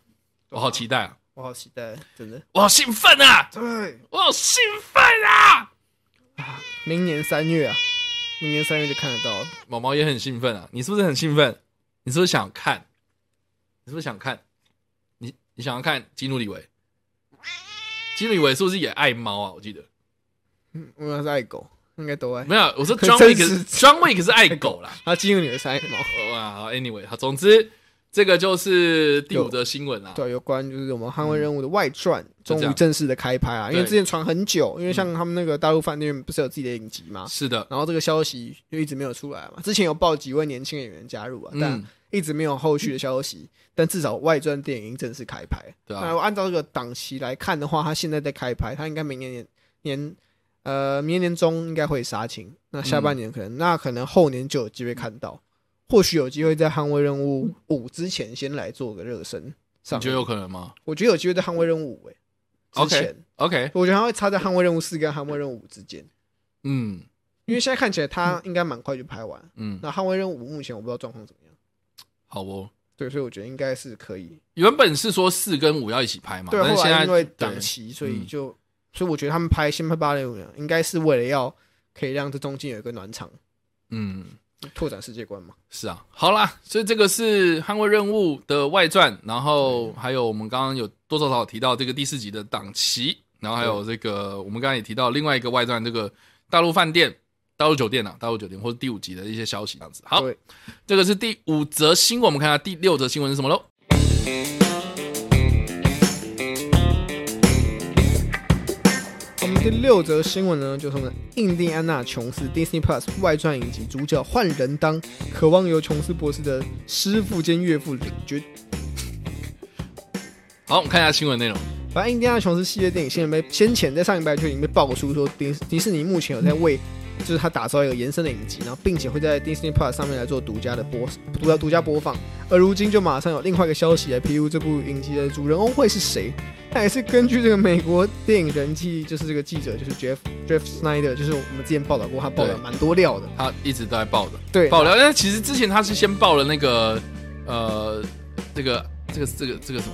[SPEAKER 1] 我好期待啊！
[SPEAKER 2] 我好期待，真的
[SPEAKER 1] 我好兴奋啊！
[SPEAKER 2] 对。
[SPEAKER 1] 我好兴奋啊！
[SPEAKER 2] 明年三月啊，明年三月就看得到了。
[SPEAKER 1] 毛毛也很兴奋啊！你是不是很兴奋？你是不是想看？你是不是想看？你你想要看基努里维？基努里维是不是也爱猫啊？我记得
[SPEAKER 2] 嗯，我们是爱狗，应
[SPEAKER 1] [LAUGHS]
[SPEAKER 2] 该都爱。
[SPEAKER 1] 没有，我说
[SPEAKER 2] 真
[SPEAKER 1] John Wick
[SPEAKER 2] 是
[SPEAKER 1] 是 John Wick 是爱狗啦。
[SPEAKER 2] 他进入你的三毛。
[SPEAKER 1] 哇好，Anyway，好，总之这个就是第五则新闻啊啦。
[SPEAKER 2] 对，有关就是我们捍卫任务的外传，
[SPEAKER 1] 就
[SPEAKER 2] 终
[SPEAKER 1] 这样
[SPEAKER 2] 于正式的开拍啊！因为
[SPEAKER 1] 对
[SPEAKER 2] 之前传很久，因为像他们那个大陆饭店不是有自己的影集嘛，
[SPEAKER 1] 是的，
[SPEAKER 2] 然后这个消息就一直没有出来嘛。之前有报几位年轻演员加入啊，但
[SPEAKER 1] 嗯，
[SPEAKER 2] 一直没有后续的消息。但至少外传电影正式开拍。
[SPEAKER 1] 对
[SPEAKER 2] 那
[SPEAKER 1] 啊
[SPEAKER 2] 如，果按照这个档期来看的话，它现在在开拍，它应该明年年年呃明年年中应该会杀青，那下半年可能、那可能后年就有机会看
[SPEAKER 1] 嗯
[SPEAKER 2] 到，或许有机会在《捍卫任务五》之前先来做个热身
[SPEAKER 1] 你
[SPEAKER 2] 上
[SPEAKER 1] 觉。得有可能吗
[SPEAKER 2] 我觉得有机会在《捍卫任务五》欸之
[SPEAKER 1] OK
[SPEAKER 2] 前
[SPEAKER 1] ？OK，
[SPEAKER 2] 我觉得它会插在《捍卫任务四》跟《捍卫任务五》之间，
[SPEAKER 1] 嗯
[SPEAKER 2] 因为现在看起来它应该蛮快就拍完。
[SPEAKER 1] 嗯，
[SPEAKER 2] 那《捍卫任务五》目前我不知道状况怎么样，
[SPEAKER 1] 好哦。
[SPEAKER 2] 对，所以我觉得应该是可以。
[SPEAKER 1] 原本是说四跟五要一起拍嘛，
[SPEAKER 2] 对，
[SPEAKER 1] 但是
[SPEAKER 2] 后
[SPEAKER 1] 现
[SPEAKER 2] 来
[SPEAKER 1] 在
[SPEAKER 2] 因为
[SPEAKER 1] 对
[SPEAKER 2] 档期，所以
[SPEAKER 1] 嗯
[SPEAKER 2] 就、所以我觉得他们拍新拍芭蕾舞呢，应该是为了要可以让这中间有一个暖场，
[SPEAKER 1] 嗯。
[SPEAKER 2] 拓展世界观嘛。
[SPEAKER 1] 是啊，好啦，所以这个是《捍卫任务》的外传，然后还有我们刚刚有多多少少提到这个第四集的档期，然后还有这个我们刚刚也提到另外一个外传，这个大陆饭店大陆酒店啊，大陆酒店或者第五集的一些消息这样子。好
[SPEAKER 2] 对，
[SPEAKER 1] 这个是第五则新闻，我们看下第六则新闻是什么喽？
[SPEAKER 2] 我们第六则新闻呢，就是我们的印第安纳琼斯 Disney Plus 外传影集主角换人当，渴望由琼斯博士的师傅兼岳父领军。
[SPEAKER 1] 好，我们看一下新闻内容。
[SPEAKER 2] 反正印第安纳琼斯系列电影现在被先前在上一拜就已经被爆出说迪迪士尼目前有在为就是他打造一个延伸的影集，然后并且会在 Disney Plus 上面来做独家的播独家独家播放。而如今就马上有另外一个消息来披露这部影集的主人翁会是谁。那也是根据这个美国电影人气，就是这个记者就是 Jeff Jeff Snyder，就是我们之前报道过，他报道
[SPEAKER 1] 对
[SPEAKER 2] 蛮多料的。
[SPEAKER 1] 他一直都在爆的，
[SPEAKER 2] 对，
[SPEAKER 1] 爆料。但其实之前他是先爆了那个，呃，这个这个这个这个什么，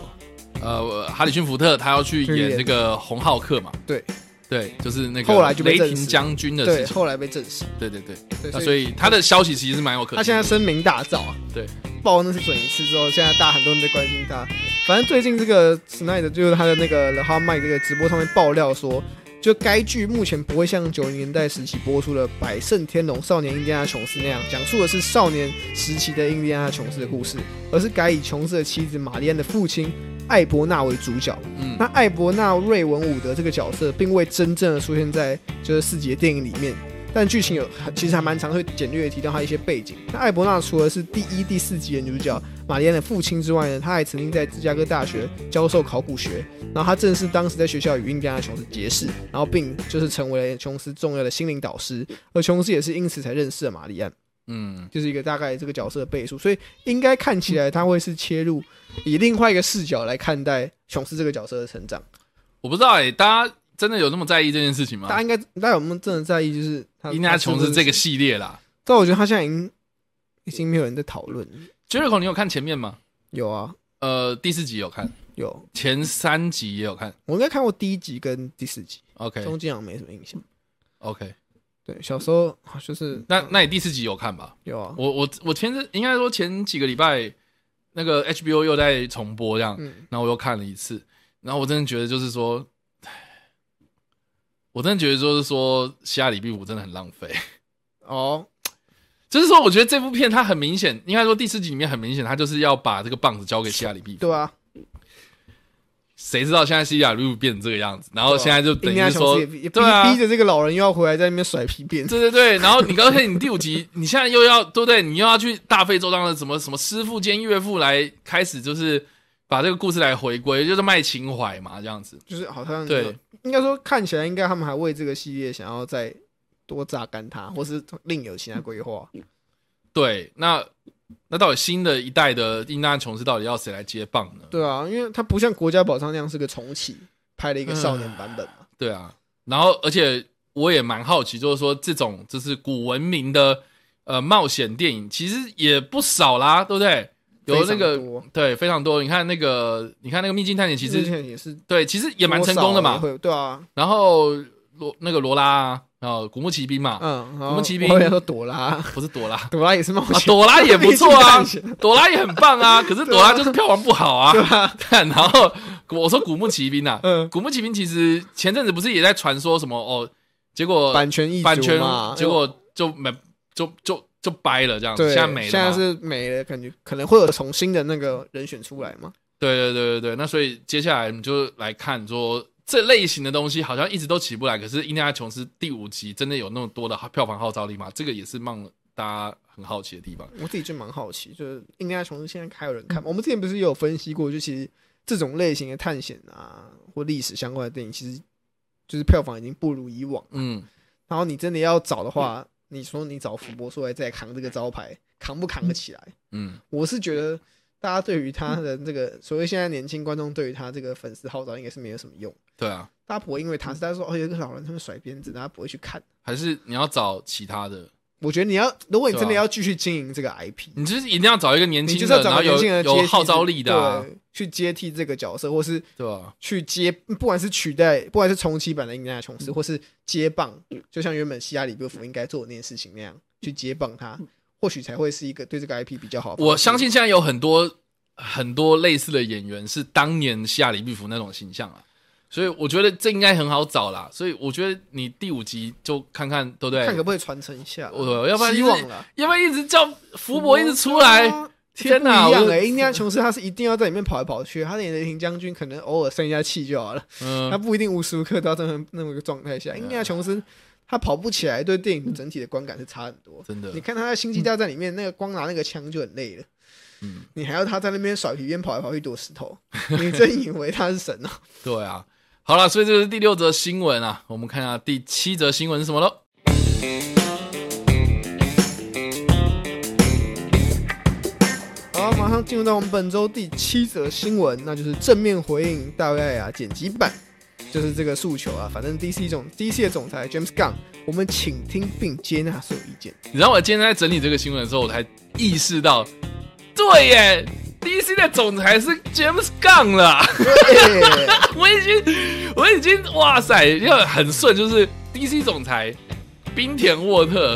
[SPEAKER 1] 呃，哈里逊福特他要去
[SPEAKER 2] 去
[SPEAKER 1] 演
[SPEAKER 2] 演
[SPEAKER 1] 这个红浩克嘛，
[SPEAKER 2] 对
[SPEAKER 1] 对，就是那个
[SPEAKER 2] 后来就
[SPEAKER 1] 雷
[SPEAKER 2] 被证实
[SPEAKER 1] 霆将军的
[SPEAKER 2] 对，
[SPEAKER 1] 事情，
[SPEAKER 2] 后来被证实。
[SPEAKER 1] 对对对。
[SPEAKER 2] 对，
[SPEAKER 1] 那
[SPEAKER 2] 所以
[SPEAKER 1] 所以他的消息其实是蛮有可能的。
[SPEAKER 2] 他现在声名大噪啊，
[SPEAKER 1] 对，
[SPEAKER 2] 爆那次准一次之后，现在大很多人在关心他。反正最近这个 Snyder 就是他的那个 The Hard Mike 这个直播上面爆料说，就该剧目前不会像九零年代时期播出的《百胜天龙少年印第安纳琼斯》那样，讲述的是少年时期的印第安纳琼斯的故事，而是改以琼斯的妻子玛丽安的父亲艾伯纳为主角。
[SPEAKER 1] 嗯
[SPEAKER 2] 那，艾伯纳瑞文伍德这个角色并未真正的出现在就是四集的电影里面，但剧情有其实还蛮常会简略的提到他一些背景。那艾伯纳除了是第一、第四集的女主角玛丽安的父亲之外呢，他还曾经在芝加哥大学教授考古学，然后他正是当时在学校与印第安纳琼斯结识，然后并就是成为了琼斯重要的心灵导师，而琼斯也是因此才认识了玛丽安。
[SPEAKER 1] 嗯，
[SPEAKER 2] 就是一个大概这个角色的倍数，所以应该看起来他会是切入以另外一个视角来看待琼斯这个角色的成长。
[SPEAKER 1] 我不知道哎、大家真的有那么在意这件事情吗
[SPEAKER 2] 大？家应该，大家有没有真的在意？就是他
[SPEAKER 1] 伊纳啊琼斯这个，系列啦
[SPEAKER 2] 他但我觉得他现在已经已经没有人在讨论了。
[SPEAKER 1] ，Jericho 你有看前面吗？
[SPEAKER 2] 有啊，
[SPEAKER 1] 呃，第四集有看，
[SPEAKER 2] 有，
[SPEAKER 1] 前三集也有看。
[SPEAKER 2] 我应该看过第一集跟第四集，
[SPEAKER 1] OK
[SPEAKER 2] 中间好像没什么印象。
[SPEAKER 1] OK，
[SPEAKER 2] 对，小时候啊就是
[SPEAKER 1] 那那你第四集有看吧？
[SPEAKER 2] 有啊，
[SPEAKER 1] 我我我前阵应该说前几个礼拜，那个 HBO 又在重播这样，
[SPEAKER 2] 嗯，
[SPEAKER 1] 然后我又看了一次，然后我真的觉得就是说，唉我真的觉得就是说，希拉里壁虎真的很浪费。 [LAUGHS]
[SPEAKER 2] 哦，
[SPEAKER 1] 就是说，我觉得这部片它很明显，应该说第四集里面很明显，它就是要把这个棒子交给希拉里壁虎。
[SPEAKER 2] 对啊，
[SPEAKER 1] 谁知道现在希拉里壁虎变成这个样子，然后
[SPEAKER 2] 对啊
[SPEAKER 1] 现在就等
[SPEAKER 2] 印
[SPEAKER 1] 于
[SPEAKER 2] 第安
[SPEAKER 1] 是
[SPEAKER 2] 琼
[SPEAKER 1] 说
[SPEAKER 2] 斯也，逼也逼
[SPEAKER 1] 对啊
[SPEAKER 2] 逼着这个老人又要回来在那边甩皮
[SPEAKER 1] [LAUGHS]
[SPEAKER 2] 鞭。
[SPEAKER 1] 对对对，然后你刚才你第五集， [LAUGHS] 你现在又要对不对？你又要去大费周章的什么什么师傅兼岳父来开始，就是把这个故事来回归，就是卖情怀嘛，这样子。
[SPEAKER 2] 就是好像
[SPEAKER 1] 对
[SPEAKER 2] 有，应该说看起来应该他们还为这个系列想要再多榨干它，或是另有其他规划。
[SPEAKER 1] 嗯对，那那到底新的一代的印第安琼斯到底要谁来接棒呢？
[SPEAKER 2] 对啊，因为它不像国家宝藏那样是个重启，拍了一个少年版本嘛。
[SPEAKER 1] 对啊，然后而且我也蛮好奇，就是说这种就是古文明的呃冒险电影，其实也不少啦，对不对？有那
[SPEAKER 2] 非常
[SPEAKER 1] 个
[SPEAKER 2] 多
[SPEAKER 1] 对非常多，你看那个你看那个秘境探险，其
[SPEAKER 2] 之
[SPEAKER 1] 实
[SPEAKER 2] 前也是
[SPEAKER 1] 对其实也蛮成功的嘛
[SPEAKER 2] 多少。也会对啊，
[SPEAKER 1] 然后罗那个罗拉啊，然后古墓奇兵嘛，
[SPEAKER 2] 嗯，
[SPEAKER 1] 啊我们骑兵
[SPEAKER 2] 我也说朵拉， [LAUGHS]
[SPEAKER 1] 不是朵拉，
[SPEAKER 2] 朵拉也是冒
[SPEAKER 1] 啊
[SPEAKER 2] 险，，
[SPEAKER 1] 朵拉 [LAUGHS] 也不错
[SPEAKER 2] [LAUGHS]
[SPEAKER 1] 啊
[SPEAKER 2] 毕竟探险，
[SPEAKER 1] 朵拉也很棒啊，可是朵拉就是票房不好啊。
[SPEAKER 2] 对吧？
[SPEAKER 1] 看， [LAUGHS] 然后我说古墓奇兵啊，
[SPEAKER 2] 嗯，
[SPEAKER 1] 古墓奇兵其实前阵子不是也在传说什么哦，结果
[SPEAKER 2] 版权易
[SPEAKER 1] 版权
[SPEAKER 2] 嘛，
[SPEAKER 1] 结果就没就就就掰了这样子，
[SPEAKER 2] 对，
[SPEAKER 1] 现在没了嘛。
[SPEAKER 2] 现在是没了，感觉可能会有重新的那个人选出来嘛。
[SPEAKER 1] 对对对对对，那所以接下来我们就来看说这类型的东西好像一直都起不来，可是《印第安琼斯》第五集真的有那么多的票房号召力吗？这个也是让大家很好奇的地方。
[SPEAKER 2] 我自己就蛮好奇，就是印第安琼斯现在还有人
[SPEAKER 1] 嗯
[SPEAKER 2] 看吗？我们之前不是也有分析过，就其实这种类型的探险啊或历史相关的电影，其实就是票房已经不如以往。
[SPEAKER 1] 嗯，
[SPEAKER 2] 然后你真的要找的话，你说你找福伯出来再扛这个招牌，扛不扛得起来？
[SPEAKER 1] 嗯，
[SPEAKER 2] 我是
[SPEAKER 1] [LAUGHS]
[SPEAKER 2] 觉得大家对于他的这个所谓现在年轻观众对于他这个粉丝号召应该是没有什么用，
[SPEAKER 1] 对啊，
[SPEAKER 2] 大家不会因为他是大家说哦有一个老人他们甩鞭子，大家不会去看。
[SPEAKER 1] 还是你要找其他的，
[SPEAKER 2] 我觉得你要，如果你真的
[SPEAKER 1] 对啊
[SPEAKER 2] 要继续经营这个 IP，
[SPEAKER 1] 你就是一定要找一个年
[SPEAKER 2] 你
[SPEAKER 1] 轻
[SPEAKER 2] 就是
[SPEAKER 1] 的，
[SPEAKER 2] 要
[SPEAKER 1] 然后
[SPEAKER 2] 找个年
[SPEAKER 1] 有
[SPEAKER 2] 轻人的接
[SPEAKER 1] 有
[SPEAKER 2] 替
[SPEAKER 1] 号召力的、啊，
[SPEAKER 2] 对，去接替这个角色，或是
[SPEAKER 1] 对啊吧、
[SPEAKER 2] 去接，不管是取代，不管是重启版的印第安纳琼斯，或是接棒，就像原本希拉里贝夫应该做的那件事情那样，去接棒他，或许才会是一个对这个 IP 比较好的方
[SPEAKER 1] 嗯
[SPEAKER 2] 式。
[SPEAKER 1] 我相信现在有很多很多类似的演员是当年希亚里毕福那种形象啊，所以我觉得这应该很好找啦。所以我觉得你第五集就看看，对不对？
[SPEAKER 2] 看可不可以传承一下。
[SPEAKER 1] 我要不然
[SPEAKER 2] 希
[SPEAKER 1] 就是
[SPEAKER 2] 望了。
[SPEAKER 1] 要不然一直叫福伯一直出来，天哪！
[SPEAKER 2] 哪！一样
[SPEAKER 1] 我
[SPEAKER 2] 哎，印第安琼斯他是一定要在里面跑来跑去，他连雷霆将军可能偶尔生一下气就好了，他
[SPEAKER 1] 嗯，
[SPEAKER 2] 不一定无时无刻都要在那那么一个状态下。印第安琼斯他跑不起来，对电影的整体的观感是差很多。
[SPEAKER 1] 真的
[SPEAKER 2] 你，看他在《星际大战》里面，那个光拿那个枪就很累了。
[SPEAKER 1] 嗯，
[SPEAKER 2] 你还要他在那边甩皮鞭跑来跑去躲
[SPEAKER 1] [LAUGHS]
[SPEAKER 2] 石头，你真以为他是神哦？
[SPEAKER 1] 对啊。好了，所以这是第六则新闻啊。我们看一下第七则新闻是什么喽？
[SPEAKER 2] 好，马上进入到我们本周第七则新闻，那就是正面回应大卫艾雅剪辑版，就是这个诉求啊。反正 DC 总 DC 的总裁 James Gunn，我们倾听并接纳所有意见。
[SPEAKER 1] 你知道我今天在整理这个新闻的时候，我才意识到，对耶，DC 的总裁是 James Gunn 啦。
[SPEAKER 2] 对
[SPEAKER 1] [LAUGHS] 我已经，我已经，哇塞，要很顺，就是 DC 总裁冰田沃特，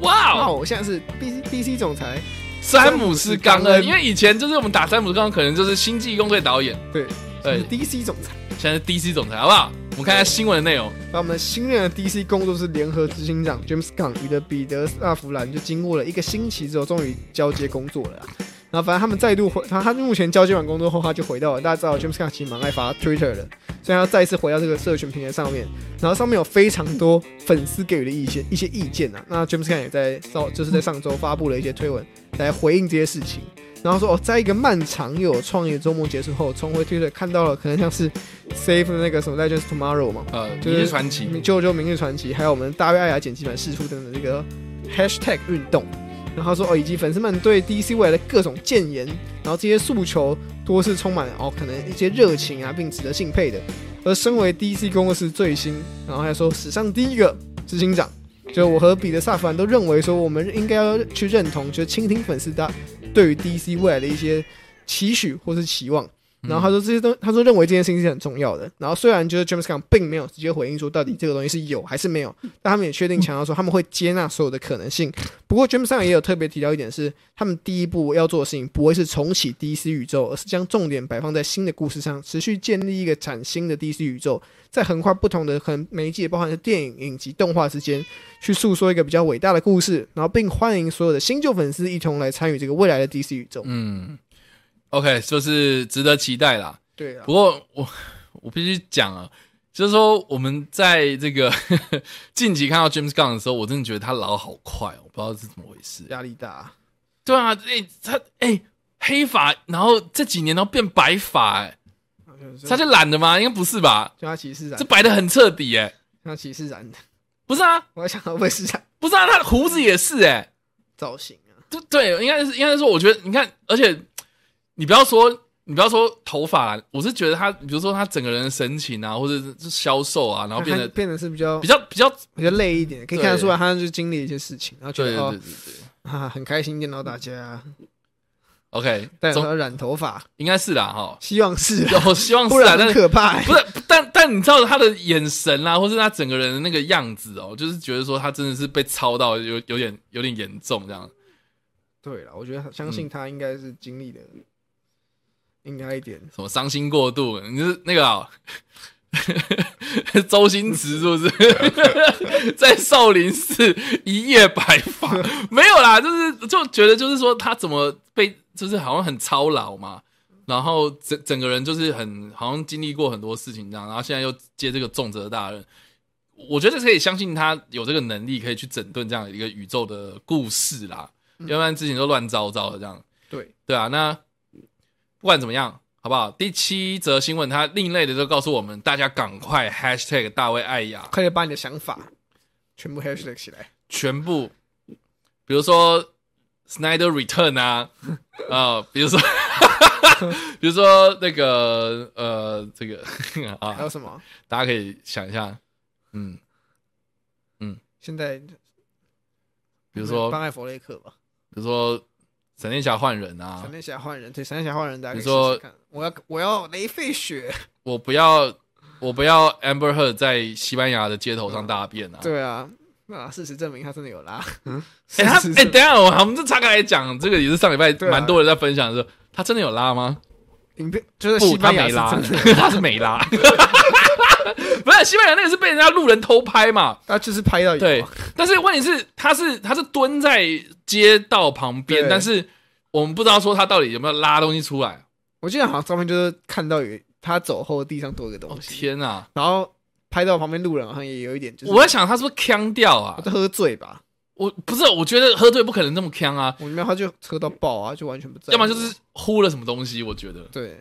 [SPEAKER 1] 哇
[SPEAKER 2] 那
[SPEAKER 1] 哦，
[SPEAKER 2] 我现在是 DC DC 总裁，
[SPEAKER 1] 詹姆斯
[SPEAKER 2] 詹姆斯
[SPEAKER 1] 冈恩，
[SPEAKER 2] 冈恩
[SPEAKER 1] 因为以前就是我们打詹姆斯冈恩，可能就是星际异攻队导演，
[SPEAKER 2] 对，
[SPEAKER 1] 对
[SPEAKER 2] 是 DC 总裁。
[SPEAKER 1] 现在是 DC 总裁，好不好？我们看一下新闻的内容，
[SPEAKER 2] 把我们新任的 DC 工作室联合执行长 James Gunn 与的彼得·萨弗兰就经过了一个星期之后，终于交接工作了啦。然后反正他们再度回，他他目前交接完工作后，他就回到了大家知道 James Gunn 其实蛮爱发 Twitter 的，所以他再次回到这个社群平台上面，然后上面有非常多粉丝给予的意见一些意见啊。那 James Gunn 也在上就是在上周发布了一些推文来回应这些事情。然后说哦，在一个漫长又有创意的周末结束后，重回 Twitter 看到了可能像是 Save 的那个什么 Legends Tomorrow 嘛，
[SPEAKER 1] 呃，
[SPEAKER 2] 就
[SPEAKER 1] 明
[SPEAKER 2] 是
[SPEAKER 1] 日传奇，
[SPEAKER 2] 《嗯救救明日传奇》，还有我们大卫艾雅剪辑版试出等等这个 hashtag 运动。然后他说哦，以及粉丝们对 DC 未来的各种谏言，然后这些诉求多是充满哦，可能一些热情啊，并值得敬佩的。而身为 DC 工作室最新，然后还说史上第一个执行长，就我和彼得萨凡都认为说，我们应该要去认同，就是倾听粉丝大对于 DC 未来的一些期许或是期望。
[SPEAKER 1] 嗯
[SPEAKER 2] 然后他说这些东，他说认为这件事情是很重要的。然后虽然就是 James Gunn 并没有直接回应说到底这个东西是有还是没有，
[SPEAKER 1] 嗯
[SPEAKER 2] 但他们也确定强调说他们会接纳所有的可能性。不过 James Gunn 也有特别提到一点是，他们第一步要做的事情不会是重启 DC 宇宙，而是将重点摆放在新的故事上，持续建立一个崭新的 DC 宇宙，在横跨不同的可能媒介，包含是电影、影集、动画之间，去诉说一个比较伟大的故事，然后并欢迎所有的新旧粉丝一同来参与这个未来的 DC 宇宙。
[SPEAKER 1] 嗯，OK，就是值得期待啦。
[SPEAKER 2] 对啊
[SPEAKER 1] 不，过我 [LAUGHS] 我必须讲啊，就是说我们在这个 [LAUGHS] 近期看到 James Gunn 的时候，我真的觉得他老好快哦，我不知道是怎么回事。
[SPEAKER 2] 压力大啊、
[SPEAKER 1] 对啊，哎、他哎、黑发，然后这几年都变白发、哎，他
[SPEAKER 2] 就是
[SPEAKER 1] 就懒了吗？应该不是吧？
[SPEAKER 2] 就他其实是染
[SPEAKER 1] 这，白的很彻底、哎，
[SPEAKER 2] 他其实是染的。
[SPEAKER 1] 不是啊，
[SPEAKER 2] 我在想会不会是染
[SPEAKER 1] 不是啊，他的胡子也是、哎，
[SPEAKER 2] 造型啊？
[SPEAKER 1] 对对，应该是应该是说，我觉得你看，而且你不要说。你不要说头发啦，我是觉得他，比如说他整个人的神情啊，或者是消瘦啊，然后变
[SPEAKER 2] 他
[SPEAKER 1] 得
[SPEAKER 2] 变得是比较
[SPEAKER 1] 比较比较
[SPEAKER 2] 比较累一点，可以
[SPEAKER 1] 对
[SPEAKER 2] 看得出来他就经历了一些事情，然后觉
[SPEAKER 1] 对对
[SPEAKER 2] 得
[SPEAKER 1] 对
[SPEAKER 2] 哦
[SPEAKER 1] 对对
[SPEAKER 2] 啊很开心见到大家，
[SPEAKER 1] ，OK，
[SPEAKER 2] 但
[SPEAKER 1] 总
[SPEAKER 2] 他染头发，
[SPEAKER 1] 应该是啦哈，
[SPEAKER 2] 希望是
[SPEAKER 1] [LAUGHS]
[SPEAKER 2] 啊，
[SPEAKER 1] 有希望
[SPEAKER 2] 不
[SPEAKER 1] 是啦，
[SPEAKER 2] 然
[SPEAKER 1] 但
[SPEAKER 2] 很
[SPEAKER 1] 是
[SPEAKER 2] 可怕欸、
[SPEAKER 1] 不是，但但你知道他的眼神啦、或是他整个人的那个样子哦，就是觉得说他真的是被操到有有点有点严重这样。
[SPEAKER 2] 对了，我觉得相
[SPEAKER 1] 嗯
[SPEAKER 2] 信他应该是经历的，应该一点。
[SPEAKER 1] 什么伤心过度？你是那个、哦、 [LAUGHS] 周星驰是不是 [LAUGHS] 在少林寺一夜白发？没有啦，就是就觉得就是说他怎么被就是好像很操劳嘛，然后整整个人就是很好像经历过很多事情这样，然后现在又接这个重责大任。我觉得可以相信他有这个能力，可以去整顿这样一个宇宙的故事啦，要不然之前都乱糟糟的这样。
[SPEAKER 2] 对，
[SPEAKER 1] 对啊，那不管怎么样，好不好？第七则新闻，它另类的就告诉我们，大家赶快 hashtag 大卫艾雅，
[SPEAKER 2] 快点把你的想法全部 hashtag 起来。
[SPEAKER 1] 全部，比如说 Snyder Return 啊， [LAUGHS] 啊、比如说， [LAUGHS] 比如说那个呃，这个 [LAUGHS]
[SPEAKER 2] 还
[SPEAKER 1] 啊
[SPEAKER 2] 有，什么？
[SPEAKER 1] 大家可以想一下，嗯，
[SPEAKER 2] 现在
[SPEAKER 1] 比如说，
[SPEAKER 2] 帮艾弗雷克吧，
[SPEAKER 1] 比如说闪电侠换人啊
[SPEAKER 2] 闪，电侠换人，对，闪电侠换人，大家可以
[SPEAKER 1] 你说
[SPEAKER 2] 试试看。我要我要雷费雪，
[SPEAKER 1] 我不要，我不要 Amber Heard 在西班牙的街头上大便啊，
[SPEAKER 2] 对啊，啊，事实证明他真的有拉。 [LAUGHS]
[SPEAKER 1] [LAUGHS]
[SPEAKER 2] 啊
[SPEAKER 1] 哎、他
[SPEAKER 2] 事实
[SPEAKER 1] 哎、
[SPEAKER 2] 证
[SPEAKER 1] 等一下我我们这岔开来讲，这个也是上礼拜
[SPEAKER 2] 对啊
[SPEAKER 1] 蛮多人在分享的时候，他真的有拉吗？
[SPEAKER 2] 哎影片就是
[SPEAKER 1] 不，[LAUGHS]
[SPEAKER 2] 西
[SPEAKER 1] 他
[SPEAKER 2] 班牙
[SPEAKER 1] 没
[SPEAKER 2] 是
[SPEAKER 1] 拉
[SPEAKER 2] 真的，
[SPEAKER 1] 他是没拉。不是西班牙那个是被人家路人偷拍嘛？
[SPEAKER 2] 他就是拍到
[SPEAKER 1] 对
[SPEAKER 2] 有啊，
[SPEAKER 1] 但是问题是，他是他是蹲在街道旁边，
[SPEAKER 2] 对
[SPEAKER 1] 但是我们不知道说他到底有没有拉东西出来。
[SPEAKER 2] 我记得好像照片就是看到有他走后地上多一个
[SPEAKER 1] 哦
[SPEAKER 2] 东西，
[SPEAKER 1] 天啊！
[SPEAKER 2] 然后拍到旁边路人好像也有一点，就是
[SPEAKER 1] 我在想他是不是呛掉啊？
[SPEAKER 2] 他在喝醉吧，
[SPEAKER 1] 我不是，我觉得喝醉不可能这么呛啊，
[SPEAKER 2] 我没有，他就喝到爆啊，就完全不在乎，
[SPEAKER 1] 要么就是呼了什么东西。我觉得，
[SPEAKER 2] 对，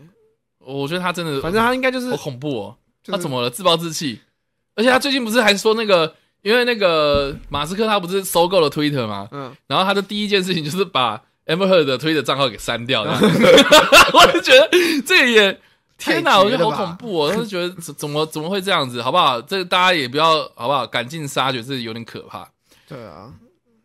[SPEAKER 1] 我觉得他真的
[SPEAKER 2] 反正他应该就是
[SPEAKER 1] 好恐怖哦。
[SPEAKER 2] 就是
[SPEAKER 1] 他怎么了？自暴自弃？而且他最近不是还说那个，因为那个马斯克他不是收购了 Twitter 吗？
[SPEAKER 2] 嗯，
[SPEAKER 1] 然后他的第一件事情就是把 Amber Heard 的 Twitter 账号给删掉，这样 [LAUGHS] 我就觉得这个也天哪，
[SPEAKER 2] 太
[SPEAKER 1] 我
[SPEAKER 2] 绝
[SPEAKER 1] 觉得
[SPEAKER 2] 了
[SPEAKER 1] 好
[SPEAKER 2] 吧
[SPEAKER 1] 恐怖哦！我就觉得怎怎么怎么会这样子，好不好？这个大家也不要好不好？赶尽杀绝，这有点可怕。
[SPEAKER 2] 对啊，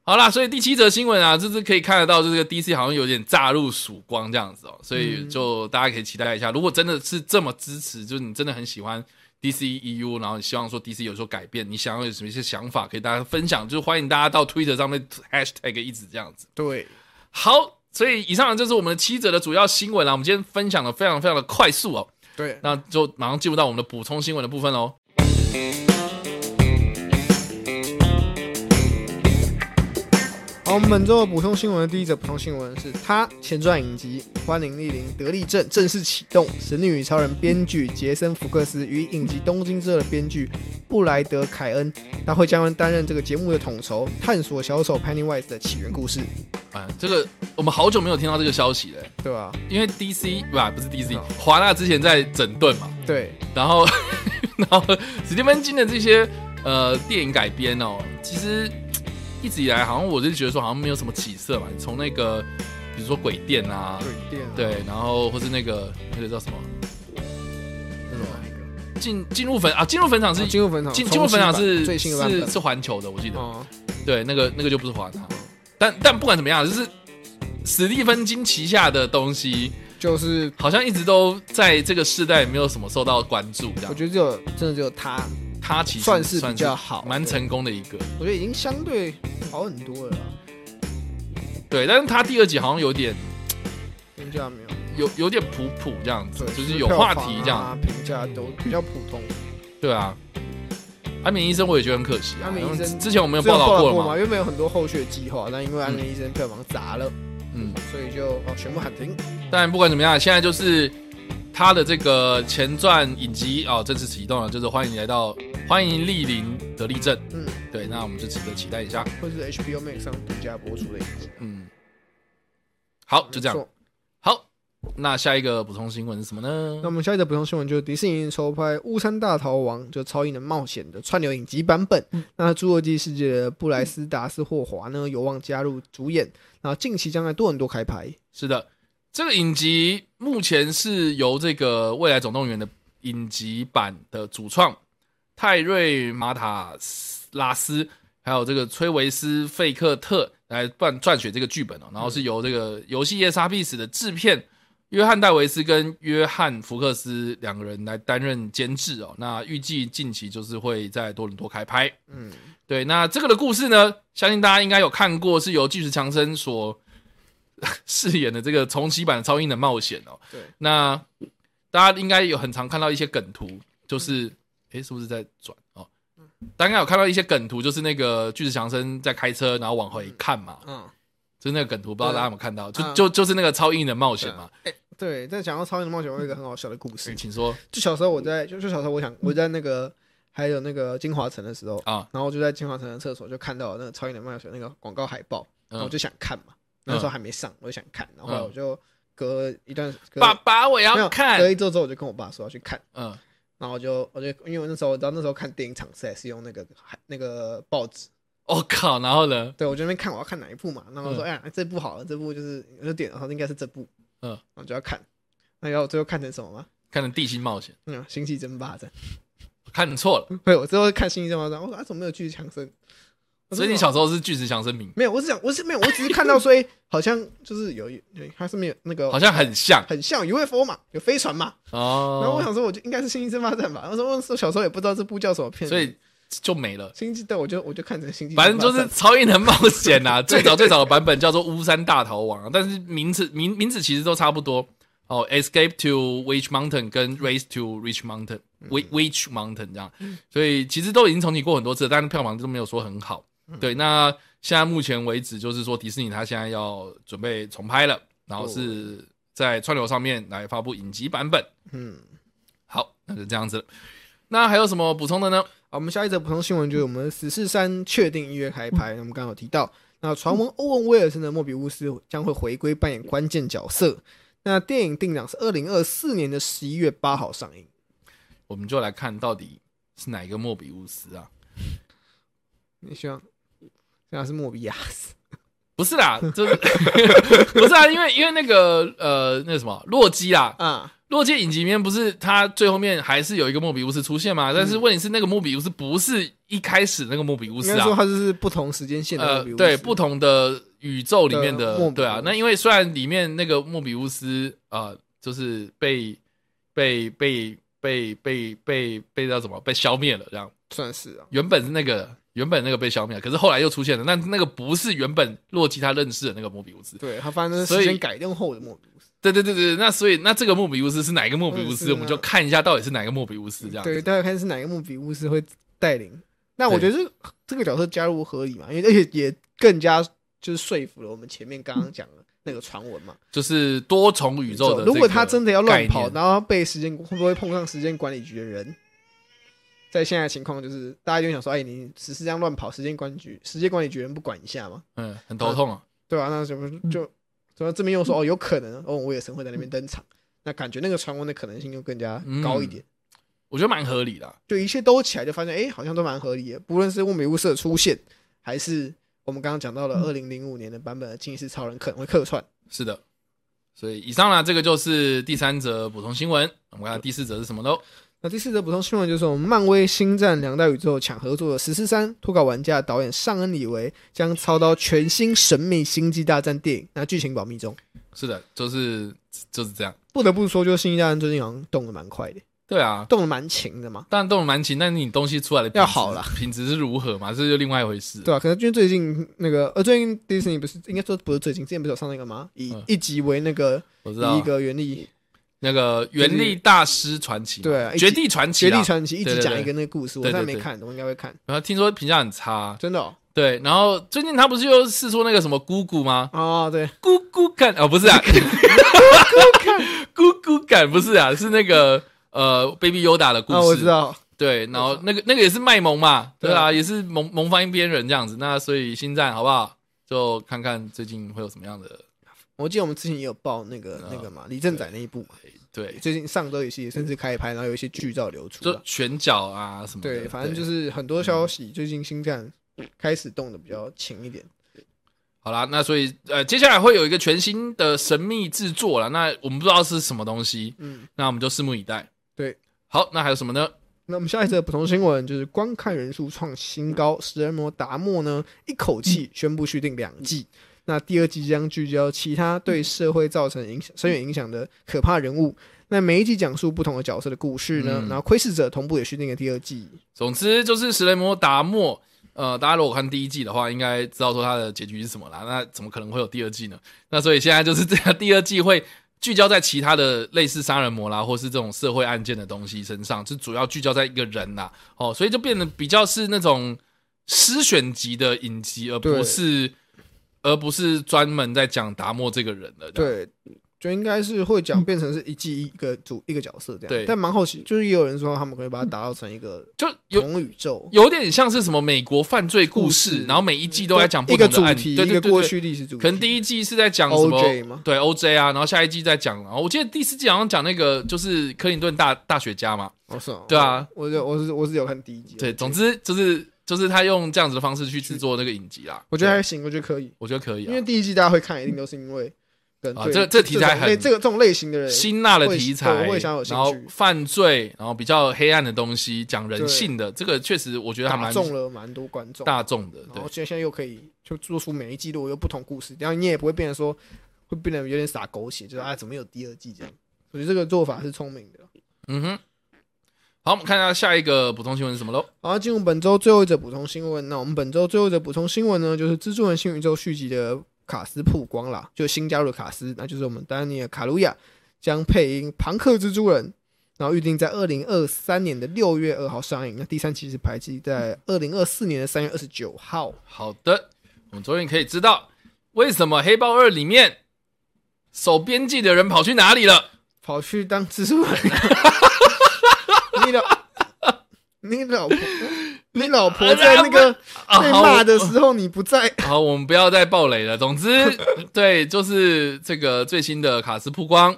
[SPEAKER 1] 好啦，所以第七则新闻啊，就是可以看得到，这个 DC 好像有点乍入曙光这样子哦，所以就大家可以期待一下。如果真的是这么支持，就是你真的很喜欢 DC EU，然后你希望说 DC 有所改变，你想要有什么一些想法，可以大家分享，就是欢迎大家到 Twitter 上面 hashtag 一直这样子。
[SPEAKER 2] 对，
[SPEAKER 1] 好，所以以上就是我们的七则的主要新闻啦、我们今天分享的非常非常的快速哦，
[SPEAKER 2] 对，
[SPEAKER 1] 那就马上进入到我们的补充新闻的部分哦喽。
[SPEAKER 2] 好，我们本周的补充新闻的第一则补充新闻是他前传影集《欢迎莅临德利镇》正式启动，《神力与超人》编剧杰森·福克斯与影集《东京之的编剧布莱德·凯恩，他会将担任这个节目的统筹，探索小丑 Pennywise 的起源故事，
[SPEAKER 1] 啊，这个我们好久没有听到这个消息了、
[SPEAKER 2] 对吧、
[SPEAKER 1] 因为 DC 不、不是 DC，
[SPEAKER 2] 哦
[SPEAKER 1] 华纳之前在整顿嘛，
[SPEAKER 2] 对，
[SPEAKER 1] 然后 [LAUGHS] 然后史蒂芬金的这些呃电影改编哦，其实嘖一直以来好像我就觉得说好像没有什么起色嘛，你从那个比如说鬼店啊，
[SPEAKER 2] 鬼店、啊，
[SPEAKER 1] 对，然后或是那个那个叫什么
[SPEAKER 2] 那种啊哪一个，
[SPEAKER 1] 进进入坟啊，进入坟场是
[SPEAKER 2] 是进入坟场，
[SPEAKER 1] 进
[SPEAKER 2] 重
[SPEAKER 1] 进入
[SPEAKER 2] 新
[SPEAKER 1] 坟场
[SPEAKER 2] 版
[SPEAKER 1] 是
[SPEAKER 2] 最新的版
[SPEAKER 1] 是
[SPEAKER 2] 本，
[SPEAKER 1] 是环球的，我记得，
[SPEAKER 2] 哦，
[SPEAKER 1] 对，那个那个就不是华纳，但但不管怎么样，就是史蒂芬金旗下的东西。
[SPEAKER 2] 就是
[SPEAKER 1] 好像一直都在这个世代没有什么受到关注，这样
[SPEAKER 2] 我觉得只有真的只有他，
[SPEAKER 1] 他其实
[SPEAKER 2] 算是比较好
[SPEAKER 1] 蛮
[SPEAKER 2] 对
[SPEAKER 1] 成功的一个。
[SPEAKER 2] 我觉得已经相对好很多了啦，
[SPEAKER 1] 对，但是他第二集好像有点
[SPEAKER 2] 评价没有。
[SPEAKER 1] 有有点普普这样子
[SPEAKER 2] 对，，
[SPEAKER 1] 就是有话题这
[SPEAKER 2] 啊
[SPEAKER 1] 样，，
[SPEAKER 2] 评价都比较普通。
[SPEAKER 1] 对啊。安眠医生我也觉得很可惜啊，
[SPEAKER 2] 安眠医生
[SPEAKER 1] 因为之前我们有
[SPEAKER 2] 虽
[SPEAKER 1] 报
[SPEAKER 2] 然
[SPEAKER 1] 道
[SPEAKER 2] 报
[SPEAKER 1] 过
[SPEAKER 2] 道
[SPEAKER 1] 了
[SPEAKER 2] 过
[SPEAKER 1] 嘛，
[SPEAKER 2] 因为没有很多后续的计划，但因为安眠医生票房砸了，
[SPEAKER 1] 嗯，
[SPEAKER 2] 所以就哦全部喊停。
[SPEAKER 1] 但不管怎么样，现在就是他的这个前传影集哦正式启动了，就是欢迎来到欢迎莅临得力镇，
[SPEAKER 2] 嗯，
[SPEAKER 1] 对，那我们就值得期待一下，
[SPEAKER 2] 或者是 HBO Max 上独家播出的影集。
[SPEAKER 1] 嗯，好，就这样
[SPEAKER 2] 没，错。
[SPEAKER 1] 好，那下一个补充新闻是什么呢
[SPEAKER 2] 那我？们下一则补充新闻就是迪士尼筹拍《巫山大逃亡》，就超英的冒险的串流影集版本。
[SPEAKER 1] 嗯
[SPEAKER 2] 那《侏罗纪世界》的布莱斯达斯霍华呢，有望加入主演。那近期将在多伦多开拍。
[SPEAKER 1] 是的，这个影集目前是由这个《未来总动员》的影集版的主创泰瑞·马塔斯拉斯，还有这个崔维斯·费克特来撰撰写这个剧本哦，然后是由这个游戏《夜杀必死》的制片。约翰·戴维斯跟约翰·福克斯两个人来担任监制哦，那预计近期就是会在多伦多开拍。
[SPEAKER 2] 嗯，
[SPEAKER 1] 对，那这个的故事呢，相信大家应该有看过，是由巨石强森所 [LAUGHS] 饰演的这个重启版的《超英的冒险》哦。
[SPEAKER 2] 对，
[SPEAKER 1] 那大家应该有很常看到一些梗图，就是诶，是不是在转哦？
[SPEAKER 2] 嗯
[SPEAKER 1] 大家应该有看到一些梗图，就是那个巨石强森在开车，然后往回看嘛，
[SPEAKER 2] 嗯，
[SPEAKER 1] 就是那个梗图，不知道大家有没有看到？就
[SPEAKER 2] 嗯
[SPEAKER 1] 就就是那个《超英的冒险》嘛。
[SPEAKER 2] 对。但讲到超英的冒险，我有一个很好笑的故事
[SPEAKER 1] 诶。请说
[SPEAKER 2] 就小时候我
[SPEAKER 1] 嗯
[SPEAKER 2] 在，就就小时候我想我在那个还有那个金华城的时候，
[SPEAKER 1] 啊，
[SPEAKER 2] 然后我就在金华城的厕所就看到那个超级能冒险那个广告海报，然后
[SPEAKER 1] 嗯，
[SPEAKER 2] 我就想看嘛，那时候还没上，我就想看，然后后来我就隔一段隔
[SPEAKER 1] 爸爸我
[SPEAKER 2] 没
[SPEAKER 1] 要
[SPEAKER 2] 有
[SPEAKER 1] 看
[SPEAKER 2] 隔，一周之后我就跟我爸说要去看，
[SPEAKER 1] 嗯
[SPEAKER 2] 然后我就我就因为我那时候我知道那时候看电影场次还是用那个海那个报纸，
[SPEAKER 1] 我、哦靠，然后呢？
[SPEAKER 2] 对我就在那边看我要看哪一部嘛，然后我说
[SPEAKER 1] 嗯
[SPEAKER 2] 哎呀这部好了，这部就是我就点，然后应该是这部，
[SPEAKER 1] 嗯
[SPEAKER 2] 然后就要看，那你知道我最后看成什么吗？
[SPEAKER 1] 看了《地心冒险
[SPEAKER 2] 嗯，星际争霸战。》，
[SPEAKER 1] 看错了。
[SPEAKER 2] [LAUGHS] 对，我最后看《星际争霸战》，我说啊，怎么没有巨石强森？我说
[SPEAKER 1] 所以你小时候是巨石强森迷，
[SPEAKER 2] 没有？我只想，我是没有，我只是看到说，哎，好像就是有一，有一它是没有那个，
[SPEAKER 1] 好像很像
[SPEAKER 2] 很像 UFO 嘛，有飞船嘛。然后我
[SPEAKER 1] 哦，
[SPEAKER 2] 想说，我就应该是《星际争霸战》吧。我说，我小时候也不知道这部叫什么片，
[SPEAKER 1] 所以就没了。
[SPEAKER 2] 星际对我就我就看成《星际争霸
[SPEAKER 1] 反
[SPEAKER 2] 战
[SPEAKER 1] 正》，就是超英的冒啊险呐、最早最早的版本叫做《巫山大逃亡》啊，但是名字名名字其实都差不多哦，《Escape to Witch Mountain》跟《Race to Rich Mountain》Wi- Witch Mountain 这样，所以其实都已经重启过很多次了，但是票房都没有说很好。对，那现在目前为止，就是说迪士尼它现在要准备重拍了，然后是在串流上面来发布影集版本。
[SPEAKER 2] 嗯，
[SPEAKER 1] 好，那就这样子了。那还有什么补充的呢？
[SPEAKER 2] 好，我们下一则补充新闻就是我们《死侍三》确定一月开拍，那我们刚刚有提到，那传闻欧文威尔森的莫比乌斯将会回归扮演关键角色。那电影定档是二零二四年的十一月八号上映。
[SPEAKER 1] 我们就来看到底是哪一个莫比乌斯啊？
[SPEAKER 2] 你希望这样是莫比亚斯？
[SPEAKER 1] 不是啦，就是 [LAUGHS] 不是啊，因为因为那个呃，那个什么洛基啦，
[SPEAKER 2] 啊，
[SPEAKER 1] 洛基影集里面不是他最后面还是有一个莫比乌斯出现嘛？但是问题是那个莫比乌斯不是一开始那个莫比乌
[SPEAKER 2] 嗯应
[SPEAKER 1] 斯
[SPEAKER 2] 该说
[SPEAKER 1] 啊，
[SPEAKER 2] 它就是不同时间线的莫
[SPEAKER 1] 呃
[SPEAKER 2] 比乌，斯。
[SPEAKER 1] 对，不同的宇宙里面
[SPEAKER 2] 的
[SPEAKER 1] 的
[SPEAKER 2] 莫比乌斯
[SPEAKER 1] 对啊。那因为虽然里面那个莫比乌斯呃，就是被被被被被被被叫什么被消灭了，这样
[SPEAKER 2] 算是啊。
[SPEAKER 1] 原本是那个原本那个被消灭了，可是后来又出现了，那那个不是原本洛基他认识的那个莫比乌斯，
[SPEAKER 2] 对，它反正是
[SPEAKER 1] 所
[SPEAKER 2] 时
[SPEAKER 1] 以
[SPEAKER 2] 间改动后的莫比乌斯。
[SPEAKER 1] 对对对对，那所以那这个莫比乌斯是哪一个莫比乌
[SPEAKER 2] 嗯是
[SPEAKER 1] 斯？
[SPEAKER 2] 啊
[SPEAKER 1] 我们就看一下到底是哪个莫比乌斯这样子。
[SPEAKER 2] 对，大家看是哪个莫比乌斯会带领。那我觉得这这个角色加入合理嘛，因为而且也更加就是说服了我们前面刚刚讲的那个传闻嘛。
[SPEAKER 1] 就是多重宇宙的这个概念。
[SPEAKER 2] 如果他真的要乱跑，然后被时间会不会碰上时间管理局的人？在现在的情况就是，大家就会想说，哎，你只是这样乱跑，时间管理局时间管理局人不管一下吗？
[SPEAKER 1] 嗯，很头痛啊。
[SPEAKER 2] 对吧、那什么就怎么这边又说哦，有可能哦，我也神会在那边登场，那感觉那个传闻的可能性就更加高一点。
[SPEAKER 1] 我觉得蛮合理的啊、
[SPEAKER 2] 就一切都起来，就发现哎、诶好像都蛮合理的。不论是物美物色的出现，还是我们刚刚讲到了二零零五年的版本的《惊世超人》可能会客串。
[SPEAKER 1] 是的。所以以上呢，这个就是第三则补充新闻。我们看看第四则是什么喽？
[SPEAKER 2] 那第四则补充新闻就是，我们漫威《星战》两大宇宙抢合作的《十四三》脱稿玩家导演尚恩·李维将操刀全新神秘《星际大战》电影，那剧情保密中。
[SPEAKER 1] 是的，就是就是这样。
[SPEAKER 2] 不得不说，就是《星际大战》最近好像动的蛮快的，
[SPEAKER 1] 对啊，
[SPEAKER 2] 动的蛮勤的嘛。
[SPEAKER 1] 当然动得蛮勤，但是你东西出来的品质
[SPEAKER 2] 要好啦，
[SPEAKER 1] 品质是如何嘛，这就另外一回事。
[SPEAKER 2] 对啊，可能因为最近那个，呃，最近迪士尼不是应该说不是最近，之前不是有上那个吗？以
[SPEAKER 1] 嗯
[SPEAKER 2] 一集为那个
[SPEAKER 1] 我知
[SPEAKER 2] 以一
[SPEAKER 1] 道啊
[SPEAKER 2] 个原力
[SPEAKER 1] 那个《原力大师传奇》
[SPEAKER 2] 对啊
[SPEAKER 1] 《绝地传
[SPEAKER 2] 《
[SPEAKER 1] 奇
[SPEAKER 2] 绝》地
[SPEAKER 1] 啊，
[SPEAKER 2] 传奇》一
[SPEAKER 1] 对
[SPEAKER 2] 集
[SPEAKER 1] 对
[SPEAKER 2] 讲
[SPEAKER 1] 对
[SPEAKER 2] 一个那个故事，我
[SPEAKER 1] 对
[SPEAKER 2] 现在
[SPEAKER 1] 对
[SPEAKER 2] 没
[SPEAKER 1] 对
[SPEAKER 2] 看，我应该会看，
[SPEAKER 1] 然后听说评价很差，
[SPEAKER 2] 真的哦。
[SPEAKER 1] 对。然后最近他不是又试出那个什么姑姑吗？
[SPEAKER 2] 啊，对，
[SPEAKER 1] 咕咕感哦，不是啊， [LAUGHS] 咕咕感不是啊，是那个呃，Baby Yoda 的故事。
[SPEAKER 2] 啊，我知。道，
[SPEAKER 1] 对，然后那个那个也是卖萌嘛，
[SPEAKER 2] 对啊
[SPEAKER 1] 对啊，也是萌萌翻一边人这样子。那所以星战好不好？就看看最近会有什么样的
[SPEAKER 2] 我记得我们之前也有报那个那个嘛，李正宰那一部嘛，
[SPEAKER 1] 嗯对，
[SPEAKER 2] 最近上周也是甚至开拍，然后有一些剧照流出
[SPEAKER 1] 就
[SPEAKER 2] 啊。
[SPEAKER 1] 拳脚啊什么的。
[SPEAKER 2] 对，反正就是很多
[SPEAKER 1] 嗯
[SPEAKER 2] 消息，最近星战开始动的比较勤一点。
[SPEAKER 1] 好啦。那所以呃，接下来会有一个全新的神秘制作了。那我们不知道是什么东西，
[SPEAKER 2] 嗯，
[SPEAKER 1] 那我们就拭目以待。
[SPEAKER 2] 对，
[SPEAKER 1] 好，那还有什么呢？
[SPEAKER 2] 那我们下一则补充新闻就是观看人数创新高，《食人魔达莫》呢一口气宣布续订两季。
[SPEAKER 1] 嗯
[SPEAKER 2] 那第二季将聚焦其他对社会造成影响、深远影响的可怕人物。那每一集讲述不同的角色的故事呢，
[SPEAKER 1] 嗯
[SPEAKER 2] 然后窥视者同步也续订了第二季。
[SPEAKER 1] 总之就是食人魔达莫，呃，大家如果看第一季的话，应该知道说它的结局是什么啦。那怎么可能会有第二季呢？那所以现在就是这样，第二季会聚焦在其他的类似杀人魔啦，或是这种社会案件的东西身上，就主要聚焦在一个人啦。哦，所以就变得比较是那种诗选级的影集，而
[SPEAKER 2] 对
[SPEAKER 1] 不是而不是专门在讲达莫这个人了。这样，
[SPEAKER 2] 对，就应该是会讲变成是一季一个主一个角色这样。
[SPEAKER 1] 对
[SPEAKER 2] 但蛮好奇，就是也有人说他们可以把它打造成一个
[SPEAKER 1] 就有。
[SPEAKER 2] 同宇宙，
[SPEAKER 1] 有点像是什么美国犯罪故事，
[SPEAKER 2] 故事
[SPEAKER 1] 然后每一季都在讲不
[SPEAKER 2] 一个
[SPEAKER 1] 同
[SPEAKER 2] 主
[SPEAKER 1] 的案
[SPEAKER 2] 题，
[SPEAKER 1] 对
[SPEAKER 2] 一
[SPEAKER 1] 对
[SPEAKER 2] 个
[SPEAKER 1] 对
[SPEAKER 2] 过
[SPEAKER 1] 对
[SPEAKER 2] 去历史主题。
[SPEAKER 1] 可能第一季是在讲什么
[SPEAKER 2] OJ 吗？
[SPEAKER 1] 对 OJ 啊，然后下一季再讲。然后我记得第四季好像讲那个就是克林顿大大学家嘛，
[SPEAKER 2] 我是哦
[SPEAKER 1] 对啊，
[SPEAKER 2] 我是我是我是有看第一集。
[SPEAKER 1] 对，总
[SPEAKER 2] 之
[SPEAKER 1] 之就是就是他用这样子的方式去制作那个影集啦。
[SPEAKER 2] 我觉得还
[SPEAKER 1] 对
[SPEAKER 2] 行，我觉得可以，
[SPEAKER 1] 我觉得可以
[SPEAKER 2] 因
[SPEAKER 1] 啊
[SPEAKER 2] 为，第一季大家会看，一定都是因为跟
[SPEAKER 1] 啊
[SPEAKER 2] 对
[SPEAKER 1] 这这题材
[SPEAKER 2] 种
[SPEAKER 1] 很
[SPEAKER 2] 类这个这种类型的人，
[SPEAKER 1] 辛辣的题
[SPEAKER 2] 会
[SPEAKER 1] 材，
[SPEAKER 2] 对会想有兴
[SPEAKER 1] 然后
[SPEAKER 2] 趣
[SPEAKER 1] 犯罪，然后比较黑暗的东西，讲人性的，这个确实我觉得还
[SPEAKER 2] 打
[SPEAKER 1] 蛮
[SPEAKER 2] 中了蛮多观众。
[SPEAKER 1] 大众的，
[SPEAKER 2] 然
[SPEAKER 1] 对
[SPEAKER 2] 后。现在又可以就做出每一季都有不同故事，然后你也不会变得说会变得有点傻狗血，就是啊怎么有第二季这样。我觉得这个做法是聪明的。
[SPEAKER 1] 嗯哼，好，我们看一下下一个补充新闻是什么喽？
[SPEAKER 2] 好，进入本周最后一则补充新闻。那我们本周最后一则补充新闻呢，就是《蜘蛛人：新宇宙》续集的卡斯曝光啦，就新加入的卡斯，那就是我们丹尼尔·卡路亚。将配音《庞克蜘蛛人》，然后预定在二零二三年的六月二号上映。那第三期是排期在二零二四年的三月二十九号。
[SPEAKER 1] 好的，我们终于可以知道为什么《黑豹二》里面守边际的人跑去哪里了。
[SPEAKER 2] 跑去当蜘蛛人了。你老，你老 [LAUGHS] 婆，你老婆在那 [LAUGHS] 个
[SPEAKER 1] 啊，
[SPEAKER 2] 被
[SPEAKER 1] 好
[SPEAKER 2] 骂的时候你不在，
[SPEAKER 1] 好，我们不要再暴雷了。总之，对，就是这个最新的卡斯曝光，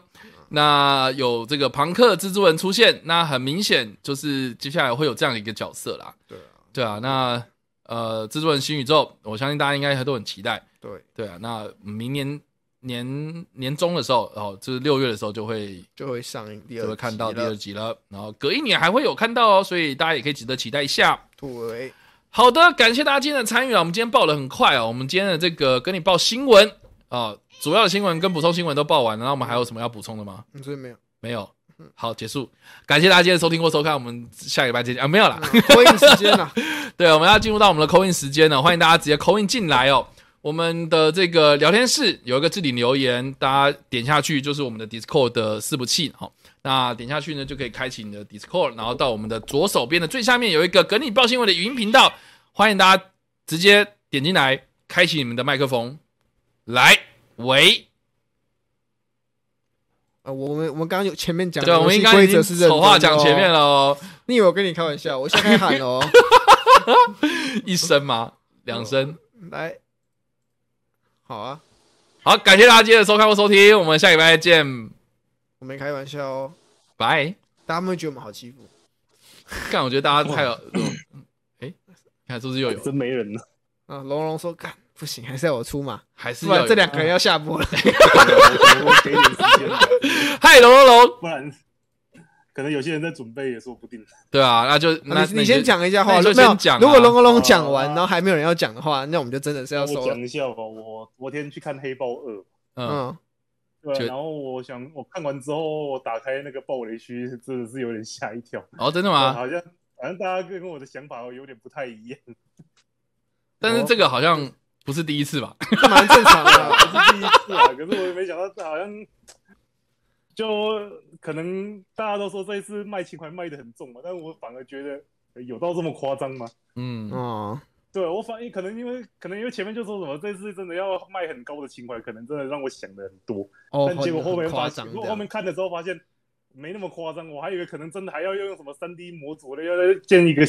[SPEAKER 1] 那有这个庞克蜘蛛人出现，那很明显就是接下来会有这样的一个角色啦。
[SPEAKER 2] 对啊，
[SPEAKER 1] 对啊，那呃，蜘蛛人新宇宙，我相信大家应该都很期待。
[SPEAKER 2] 对，
[SPEAKER 1] 对啊，那明年年年中的时候，哦，就是六月的时候就会
[SPEAKER 2] 就会上映第二，
[SPEAKER 1] 就会看到第二，集了，然后隔一年还会有看到哦，所以大家也可以值得期待一下。
[SPEAKER 2] 对，
[SPEAKER 1] 好的，感谢大家今天的参与啊！我们今天报的很快哦，我们今天的这个跟你报新闻啊、主要的新闻跟补充新闻都报完了，那我们还有什么要补充的吗？
[SPEAKER 2] 你这嗯没有，
[SPEAKER 1] 没有。好，结束。感谢大家今天的收听或收看，我们下个礼拜再见啊！没有啦，
[SPEAKER 2] 播映时间啊了，
[SPEAKER 1] 对，我们要进入到我们的扣印时间了，欢迎大家直接扣印进来哦。我们的这个聊天室有一个置顶留言，大家点下去就是我们的 Discord 的伺服器，好、那点下去呢就可以开启你的 Discord，然后到我们的左手边的最下面有一个“梗你报新闻”的语音频道，欢迎大家直接点进来，开启你们的麦克风，来，喂，
[SPEAKER 2] 呃，我们我们刚刚有前面讲，
[SPEAKER 1] 对，啊我们应该
[SPEAKER 2] 规
[SPEAKER 1] 已
[SPEAKER 2] 则
[SPEAKER 1] 经
[SPEAKER 2] 是认真的
[SPEAKER 1] 丑
[SPEAKER 2] 哦
[SPEAKER 1] 话讲前面，了哦，
[SPEAKER 2] 你以为我跟你开玩笑？我现在开喊哦，
[SPEAKER 1] [LAUGHS] 一声吗？两声。
[SPEAKER 2] 来，好啊，
[SPEAKER 1] 好，感谢大家今天的收看或收听，我们下礼拜见，
[SPEAKER 2] 我没开玩笑哦，
[SPEAKER 1] 拜。
[SPEAKER 2] 大家会不会觉得我们好欺负？
[SPEAKER 1] 干，我觉得大家太有，哎，看是不是又有，
[SPEAKER 3] [LAUGHS] 真没人了。
[SPEAKER 2] 啊，龙龙说干不行，还是要我出嘛，
[SPEAKER 1] 还是
[SPEAKER 2] 不
[SPEAKER 1] 要
[SPEAKER 2] 然
[SPEAKER 1] 有嗯
[SPEAKER 2] 这两个人要下播了。
[SPEAKER 3] 我我给点时间吧，
[SPEAKER 1] 嗨龙龙龙，
[SPEAKER 3] 不然可能有些人在准备也说不定。
[SPEAKER 1] 对啊，那就
[SPEAKER 2] 那
[SPEAKER 1] 那
[SPEAKER 2] 你先，讲一下话，
[SPEAKER 1] 那你就
[SPEAKER 2] 没有
[SPEAKER 1] 先讲啊
[SPEAKER 2] 如果龙哥龙讲完，
[SPEAKER 3] 哦
[SPEAKER 2] 然后还没有人要讲的话，那我们就真的是要
[SPEAKER 3] 我
[SPEAKER 2] 收了。
[SPEAKER 3] 讲一下吧，我昨天去看《黑豹二》，
[SPEAKER 1] 那你嗯，
[SPEAKER 2] 嗯，
[SPEAKER 3] 对啊、
[SPEAKER 1] 就
[SPEAKER 3] 然后我想我看完之后，我打开那个暴雷区，真的是有点吓一跳，
[SPEAKER 1] 哦，真的吗？
[SPEAKER 3] 好像好像大家跟我的想法有点不太一样， [LAUGHS]
[SPEAKER 1] 但是这个好像不是第一次吧？
[SPEAKER 2] 这蛮正常的啊。
[SPEAKER 3] [LAUGHS] 是第一次啊，可是我也没想到好像。就可能大家都说这一次卖情怀卖的很重嘛，但我反而觉得呃有到这么夸张吗？
[SPEAKER 1] 嗯，
[SPEAKER 2] 哦，
[SPEAKER 3] 对我反应可能因为可能因为前面就说什么这次真的要卖很高的情怀，可能真的让我想的很多，
[SPEAKER 2] 哦
[SPEAKER 3] 但，结果后面
[SPEAKER 2] 很夸
[SPEAKER 3] 发
[SPEAKER 2] 张这
[SPEAKER 3] 现，结果
[SPEAKER 2] 样
[SPEAKER 3] 后面看的时候发现没那么夸张，我还以为可能真的还要用什么三 D 模组的，要建一个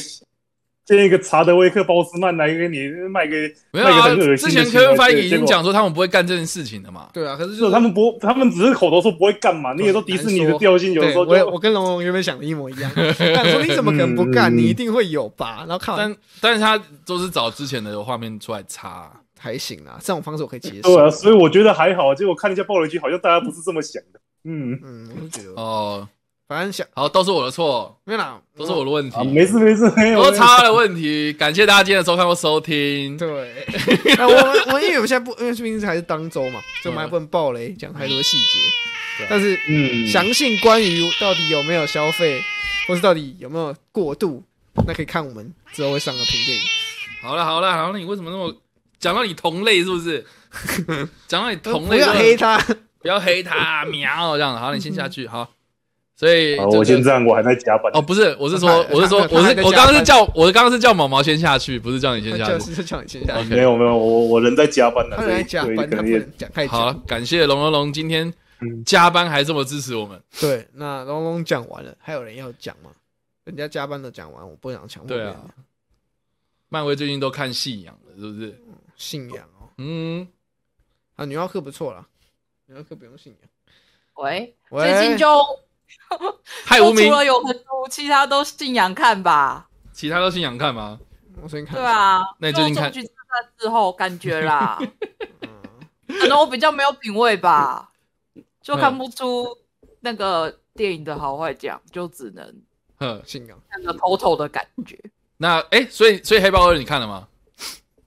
[SPEAKER 3] 建一个查德威克鲍斯曼来给你卖个
[SPEAKER 1] 没有啊
[SPEAKER 3] 卖个很恶，
[SPEAKER 1] 之
[SPEAKER 3] 心的
[SPEAKER 1] 前
[SPEAKER 3] 行为
[SPEAKER 1] 科翻译已
[SPEAKER 3] 结
[SPEAKER 1] 经
[SPEAKER 3] 果
[SPEAKER 1] 讲说他们不会干这件事情的嘛。
[SPEAKER 2] 对啊，可是
[SPEAKER 3] 是
[SPEAKER 2] 就是
[SPEAKER 3] 他们不他们只是口头说不会干嘛，你也说迪士尼的调性有的
[SPEAKER 2] 对
[SPEAKER 3] 时候
[SPEAKER 2] 我也
[SPEAKER 3] 就
[SPEAKER 2] 我跟龙龙原本想的一模一
[SPEAKER 1] [LAUGHS]
[SPEAKER 2] 样，但我说你怎么可能不干？
[SPEAKER 3] 嗯
[SPEAKER 2] 你一定会有吧？然后看完
[SPEAKER 1] 但但是他都是找之前的画面出来插，
[SPEAKER 2] 还行啦，这种方式我可以接
[SPEAKER 3] 对
[SPEAKER 2] 受。
[SPEAKER 3] 啊，所以我觉得还好，结果看一下暴雷剧，好像大家不是这么想的，嗯。
[SPEAKER 2] 嗯，我就觉得，
[SPEAKER 1] 哦，
[SPEAKER 2] 反正想
[SPEAKER 1] 好，都是我的错，
[SPEAKER 2] 没有啦，
[SPEAKER 1] 都是我的问题
[SPEAKER 3] 啊，，没事没事，没有
[SPEAKER 1] 都
[SPEAKER 3] 没有
[SPEAKER 1] 插了问题。感谢大家今天的收看或收听，
[SPEAKER 2] 对， [LAUGHS] 那我们我们因为我们现在不，因为毕竟还是当周嘛，所以我们还不能暴雷，讲太多细节
[SPEAKER 1] 对啊。
[SPEAKER 2] 但是
[SPEAKER 3] 嗯，
[SPEAKER 2] 详信关于到底有没有消费，或是到底有没有过度，那可以看我们之后会上的评论。
[SPEAKER 1] 好了好了，好了，你为什么那么讲到你同类是不是？讲到你同
[SPEAKER 2] 不
[SPEAKER 1] 类，
[SPEAKER 2] 要黑他，
[SPEAKER 1] 不要黑他，喵这样。好，你先下去。好，所以
[SPEAKER 3] 好，
[SPEAKER 1] 这
[SPEAKER 3] 我
[SPEAKER 1] 个
[SPEAKER 3] 先这样，我还在加班。
[SPEAKER 1] 哦，不是，我是
[SPEAKER 2] 他
[SPEAKER 1] 说，我是说
[SPEAKER 2] 他，他
[SPEAKER 1] 我
[SPEAKER 2] 还
[SPEAKER 1] 是
[SPEAKER 2] 在
[SPEAKER 1] 我
[SPEAKER 2] 加
[SPEAKER 1] 刚刚是
[SPEAKER 2] 班
[SPEAKER 1] 叫我刚刚是叫毛毛先下去，不是叫你先下
[SPEAKER 2] [LAUGHS]
[SPEAKER 1] 哦
[SPEAKER 2] 就
[SPEAKER 1] 去。
[SPEAKER 2] 是叫你先下去，
[SPEAKER 3] 没
[SPEAKER 1] OK，
[SPEAKER 3] 有没有，我我人在加班呢，
[SPEAKER 2] 他
[SPEAKER 3] 所
[SPEAKER 2] 人在
[SPEAKER 3] 以
[SPEAKER 2] 加
[SPEAKER 3] 所以
[SPEAKER 2] 班，
[SPEAKER 3] 可
[SPEAKER 2] 他不
[SPEAKER 3] 能也
[SPEAKER 2] 能讲太
[SPEAKER 1] 好啊
[SPEAKER 2] 久。，
[SPEAKER 1] 感谢龙龙龙今天
[SPEAKER 3] 嗯
[SPEAKER 1] 加班还这么支持我们。
[SPEAKER 2] 对，那龙龙讲完了，还有人要讲吗？人家加班都讲完，我不想强迫
[SPEAKER 1] 对
[SPEAKER 2] 别
[SPEAKER 1] 啊
[SPEAKER 2] 人
[SPEAKER 1] 漫威最近都看信仰了，是不是？
[SPEAKER 2] 信仰哦。
[SPEAKER 1] 嗯，
[SPEAKER 2] 啊，女奥克不错啦，女奥克不用信仰。
[SPEAKER 4] 喂，
[SPEAKER 2] 喂
[SPEAKER 4] 最近就
[SPEAKER 1] 害
[SPEAKER 4] 就
[SPEAKER 1] 无名
[SPEAKER 4] 除，了有很毒，其他都信仰看 [LAUGHS] 吧。
[SPEAKER 1] 其他都信仰看吗？
[SPEAKER 2] 我先看。
[SPEAKER 4] 对，啊，
[SPEAKER 1] 那你最近看
[SPEAKER 4] 就终局之战之后感觉 [LAUGHS] 啦，
[SPEAKER 2] 嗯，
[SPEAKER 4] 可能我比较没有品味 [LAUGHS] 吧，就看不出那个电影的好坏讲，就只能
[SPEAKER 1] 哼，
[SPEAKER 2] 信仰。
[SPEAKER 4] 看个头头的感觉。
[SPEAKER 1] 那哎、所以所以黑豹二你看了吗？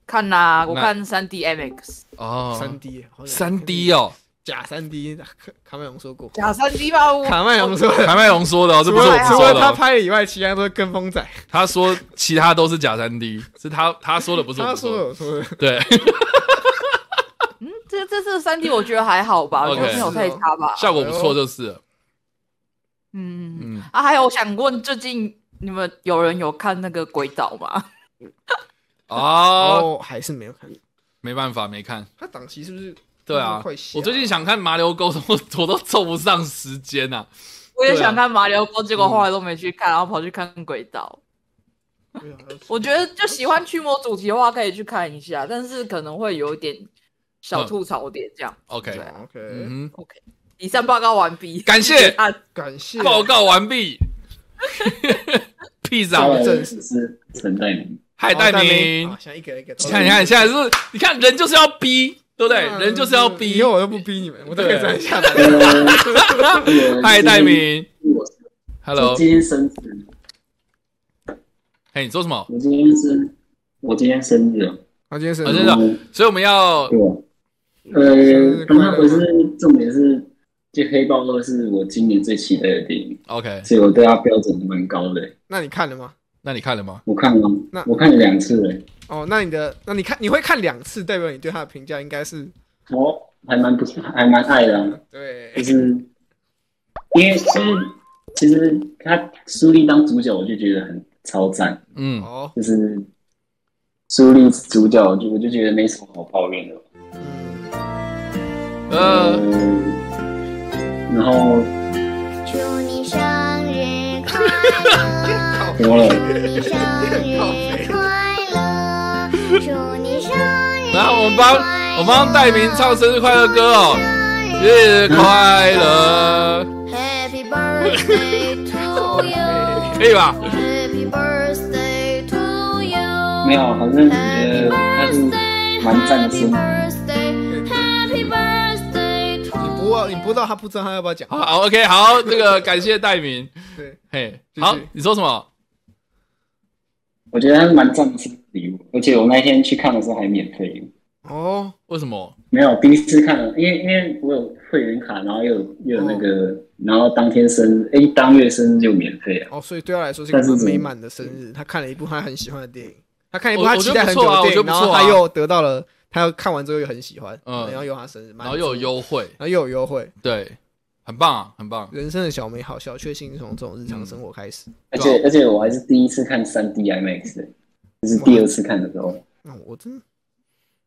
[SPEAKER 4] 看啦、我
[SPEAKER 1] 那
[SPEAKER 4] 看三 D MX
[SPEAKER 2] 三
[SPEAKER 1] 哦，
[SPEAKER 2] D，好像
[SPEAKER 1] 三 D 哦，
[SPEAKER 2] 假三 D，卡卡麦隆说过，
[SPEAKER 4] 假三 D 吧，我
[SPEAKER 2] 卡麦隆说的，
[SPEAKER 1] 谭麦龙说的哦，这
[SPEAKER 2] 除
[SPEAKER 1] 不是我
[SPEAKER 2] 了
[SPEAKER 1] 们
[SPEAKER 2] 除
[SPEAKER 1] 说
[SPEAKER 2] 了
[SPEAKER 1] 的、
[SPEAKER 2] 他
[SPEAKER 1] 哦。
[SPEAKER 2] 拍的以外，其他都是跟风仔。
[SPEAKER 1] 他说其他都是假三 D，是他他说的，不是我
[SPEAKER 2] 他
[SPEAKER 1] 们
[SPEAKER 2] 说
[SPEAKER 1] 说
[SPEAKER 2] 的
[SPEAKER 1] 的。
[SPEAKER 2] 我说的，
[SPEAKER 1] 对，
[SPEAKER 4] 嗯，这这这次三 [LAUGHS] D 我觉得还好吧，我觉得
[SPEAKER 1] OK
[SPEAKER 4] 没有太差吧。
[SPEAKER 1] 效果不错就是了。
[SPEAKER 4] 嗯嗯
[SPEAKER 1] 嗯，
[SPEAKER 4] 啊，还有我想问，最近你们有人有看那个《鬼岛》吗？
[SPEAKER 1] 啊，
[SPEAKER 2] 哦，还是没有看。
[SPEAKER 1] 没办法，没看。
[SPEAKER 2] 他档期是不是？
[SPEAKER 1] 对啊
[SPEAKER 2] 快下，
[SPEAKER 1] 我最近想看《麻溜沟通》，我我都凑不上时间呐、
[SPEAKER 4] 我也
[SPEAKER 1] 对啊嗯
[SPEAKER 4] 想看《马里奥波》，结果后来都没去看，然后跑去看《鬼岛》。
[SPEAKER 2] 对啊
[SPEAKER 4] 我觉得就喜欢驱魔主题的话，可以去看一下，但是可能会有一点小
[SPEAKER 1] 嗯
[SPEAKER 4] 吐槽点这样。
[SPEAKER 1] OK，
[SPEAKER 4] 对啊
[SPEAKER 2] ，OK，
[SPEAKER 1] 嗯哼，
[SPEAKER 4] 以上报告完毕，
[SPEAKER 1] 感谢
[SPEAKER 4] 啊，
[SPEAKER 2] 感谢
[SPEAKER 1] 报告完毕。 [LAUGHS] 屁
[SPEAKER 2] 好
[SPEAKER 1] 长，
[SPEAKER 2] 我正式
[SPEAKER 5] 只是陈代明，
[SPEAKER 1] 海带明
[SPEAKER 2] 啊，，现在一个一个，
[SPEAKER 1] 你看，你看，现在是，你看人就是要逼，对不
[SPEAKER 2] 哎
[SPEAKER 1] 对？人就是要
[SPEAKER 2] 嗯以
[SPEAKER 1] 逼
[SPEAKER 2] 后。我就不逼你们，我都可以站下来。
[SPEAKER 1] 海带，明
[SPEAKER 5] 我是
[SPEAKER 1] ，Hello，
[SPEAKER 5] 今天生日，
[SPEAKER 1] 嘿，你说什么？
[SPEAKER 5] 我今天是，我今天生日了，
[SPEAKER 2] [LAUGHS] 好，今天是
[SPEAKER 1] 好真的
[SPEAKER 5] 嗯
[SPEAKER 1] 所以我们要
[SPEAKER 5] 对，啊呃，刚刚不是重点是，就《黑豹二》是我今年最期待的电影，
[SPEAKER 1] OK，
[SPEAKER 5] 所以我对它标准蛮高的。
[SPEAKER 2] 那你看了吗？
[SPEAKER 1] 那你看了吗？
[SPEAKER 5] 我看了
[SPEAKER 2] 那，
[SPEAKER 5] 我看了两次了，
[SPEAKER 2] 哦，那你的，那你看，你会看两次，代表你对他的评价应该是
[SPEAKER 5] 我还蛮不还蛮爱的啊、
[SPEAKER 2] 对
[SPEAKER 5] 就。是因为其实其实他苏丽当主角，我就觉得很超赞，
[SPEAKER 1] 嗯，
[SPEAKER 2] 哦，
[SPEAKER 5] 就是苏丽主角，我就我就觉得没什么好抱怨的。
[SPEAKER 2] 嗯，
[SPEAKER 1] 呃，
[SPEAKER 5] 呃然后
[SPEAKER 6] 祝你生日快乐！
[SPEAKER 5] 怎么了？
[SPEAKER 6] 祝你生日快乐！祝你生日快乐！
[SPEAKER 1] 然后我们帮我们帮戴明唱生日快乐歌哦，日快乐，
[SPEAKER 6] Happy birthday to you.
[SPEAKER 2] 嗯
[SPEAKER 1] 可以吧？
[SPEAKER 6] Happy birthday to you.
[SPEAKER 5] 没有，反正觉得
[SPEAKER 6] Happy
[SPEAKER 5] 他是
[SPEAKER 6] birthday,
[SPEAKER 5] 蛮赞的
[SPEAKER 6] Happy
[SPEAKER 5] 声音
[SPEAKER 6] birthday, Happy birthday
[SPEAKER 2] 你
[SPEAKER 6] to
[SPEAKER 2] 播，你播到他不知道他要不要讲
[SPEAKER 1] 好。好，OK，好，这
[SPEAKER 2] [LAUGHS]
[SPEAKER 1] 个感谢戴明，
[SPEAKER 2] 对，
[SPEAKER 1] 嘿，
[SPEAKER 2] 继续
[SPEAKER 1] 好，你说什么？
[SPEAKER 5] 我觉得他是蛮赞的生日礼物，而且我那天去看的时候还免费。
[SPEAKER 2] 哦，
[SPEAKER 1] 为什么？
[SPEAKER 5] 没有，第一次看了，因为因为我有会员卡，然后又有又有那个，然后当天生日，哎，当月生日就免费啊。
[SPEAKER 2] 哦，所以对他来说是一个蛮美满的生日。他看了一部他很喜欢的电影，他看了一部
[SPEAKER 1] 我
[SPEAKER 2] 他
[SPEAKER 1] 我觉
[SPEAKER 2] 期
[SPEAKER 1] 得
[SPEAKER 2] 待很久的
[SPEAKER 1] 不错啊我
[SPEAKER 2] 电影，
[SPEAKER 1] 觉得
[SPEAKER 2] 然
[SPEAKER 1] 不错
[SPEAKER 2] 后
[SPEAKER 1] 啊
[SPEAKER 2] 他又得到了，他又看完之后又很喜欢，
[SPEAKER 1] 嗯
[SPEAKER 2] 然后又有他生日，蛮
[SPEAKER 1] 然后又有优惠，
[SPEAKER 2] 然后又有优惠，
[SPEAKER 1] 对，很棒啊，很棒。
[SPEAKER 2] 人生的小美好，小确幸是从这种日常生活开始。
[SPEAKER 5] 而且而且我还是第一次看三 D IMAX 的，就是第二次看的时候，
[SPEAKER 2] 那我真，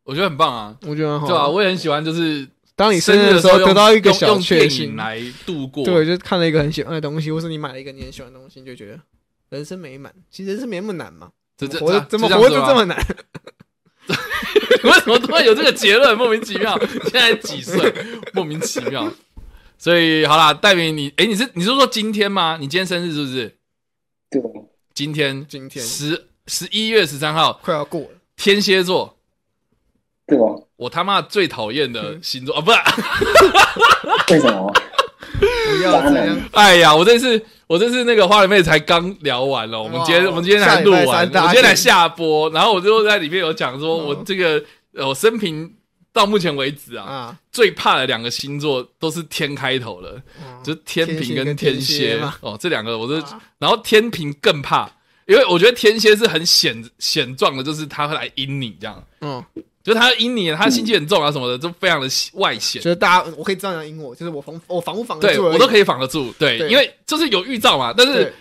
[SPEAKER 1] 我觉得很棒啊，
[SPEAKER 2] 我觉得很好。
[SPEAKER 1] 对啊，我也很喜欢，就是
[SPEAKER 2] 哦当你生
[SPEAKER 1] 生
[SPEAKER 2] 日
[SPEAKER 1] 的
[SPEAKER 2] 时候
[SPEAKER 1] 用
[SPEAKER 2] 得到一个
[SPEAKER 1] 用
[SPEAKER 2] 小
[SPEAKER 1] 用
[SPEAKER 2] 确
[SPEAKER 1] 电
[SPEAKER 2] 幸
[SPEAKER 1] 影，来度过，
[SPEAKER 2] 对，就是看了一个很喜欢的东西，或是你买了一个你很喜欢的东西，你就觉得人生美满。其实人生没那么难嘛，
[SPEAKER 1] 这这
[SPEAKER 2] 活着
[SPEAKER 1] 这
[SPEAKER 2] 怎么
[SPEAKER 1] 样
[SPEAKER 2] 活
[SPEAKER 1] 子
[SPEAKER 2] 着
[SPEAKER 1] 吗
[SPEAKER 2] 这么难？
[SPEAKER 1] [LAUGHS] 为什么突然有这个结论？莫名其妙，现在几岁？莫名其妙。所以好啦，戴明，你哎、你是你是说今天吗？你今天生日是不是？
[SPEAKER 5] 对，啊
[SPEAKER 1] 今天，
[SPEAKER 2] 今天
[SPEAKER 1] 十十一月十三号，
[SPEAKER 2] 快要过了，
[SPEAKER 1] 天蝎座，
[SPEAKER 5] 对啊吧？
[SPEAKER 1] 我他妈最讨厌
[SPEAKER 2] 嗯
[SPEAKER 1] 的星座啊！不是， [LAUGHS]
[SPEAKER 5] 为什么？
[SPEAKER 2] 不要这样。
[SPEAKER 1] 哎呀，我这次我这次那个花莲妹才刚聊完哦了，我们今天
[SPEAKER 2] 哇
[SPEAKER 1] 我们今天才录
[SPEAKER 2] 下礼拜
[SPEAKER 1] 完，
[SPEAKER 2] 三大家嗯
[SPEAKER 1] 我今天才下播，然后我就在里面有讲说，我这个呃我生平到目前为止啊，
[SPEAKER 2] 啊，
[SPEAKER 1] 最怕的两个星座都是天开头的，就是天平跟天
[SPEAKER 2] 嗯天蝎
[SPEAKER 1] 蝎
[SPEAKER 2] 嘛
[SPEAKER 1] 哦，这两个我是
[SPEAKER 2] 啊，
[SPEAKER 1] 然后天平更怕，因为我觉得天蝎是很显显壮的，就是他会来阴你这样，
[SPEAKER 2] 嗯，
[SPEAKER 1] 就是他阴你，他心机很重啊什么的，都非常的外显
[SPEAKER 2] 就。是大家，我可以这样赢我，就是我防我防不防得
[SPEAKER 1] 对
[SPEAKER 2] 住而已，
[SPEAKER 1] 我都可以防得住，对，
[SPEAKER 2] 对
[SPEAKER 1] 因为就是有预兆嘛。但
[SPEAKER 2] 对
[SPEAKER 1] 是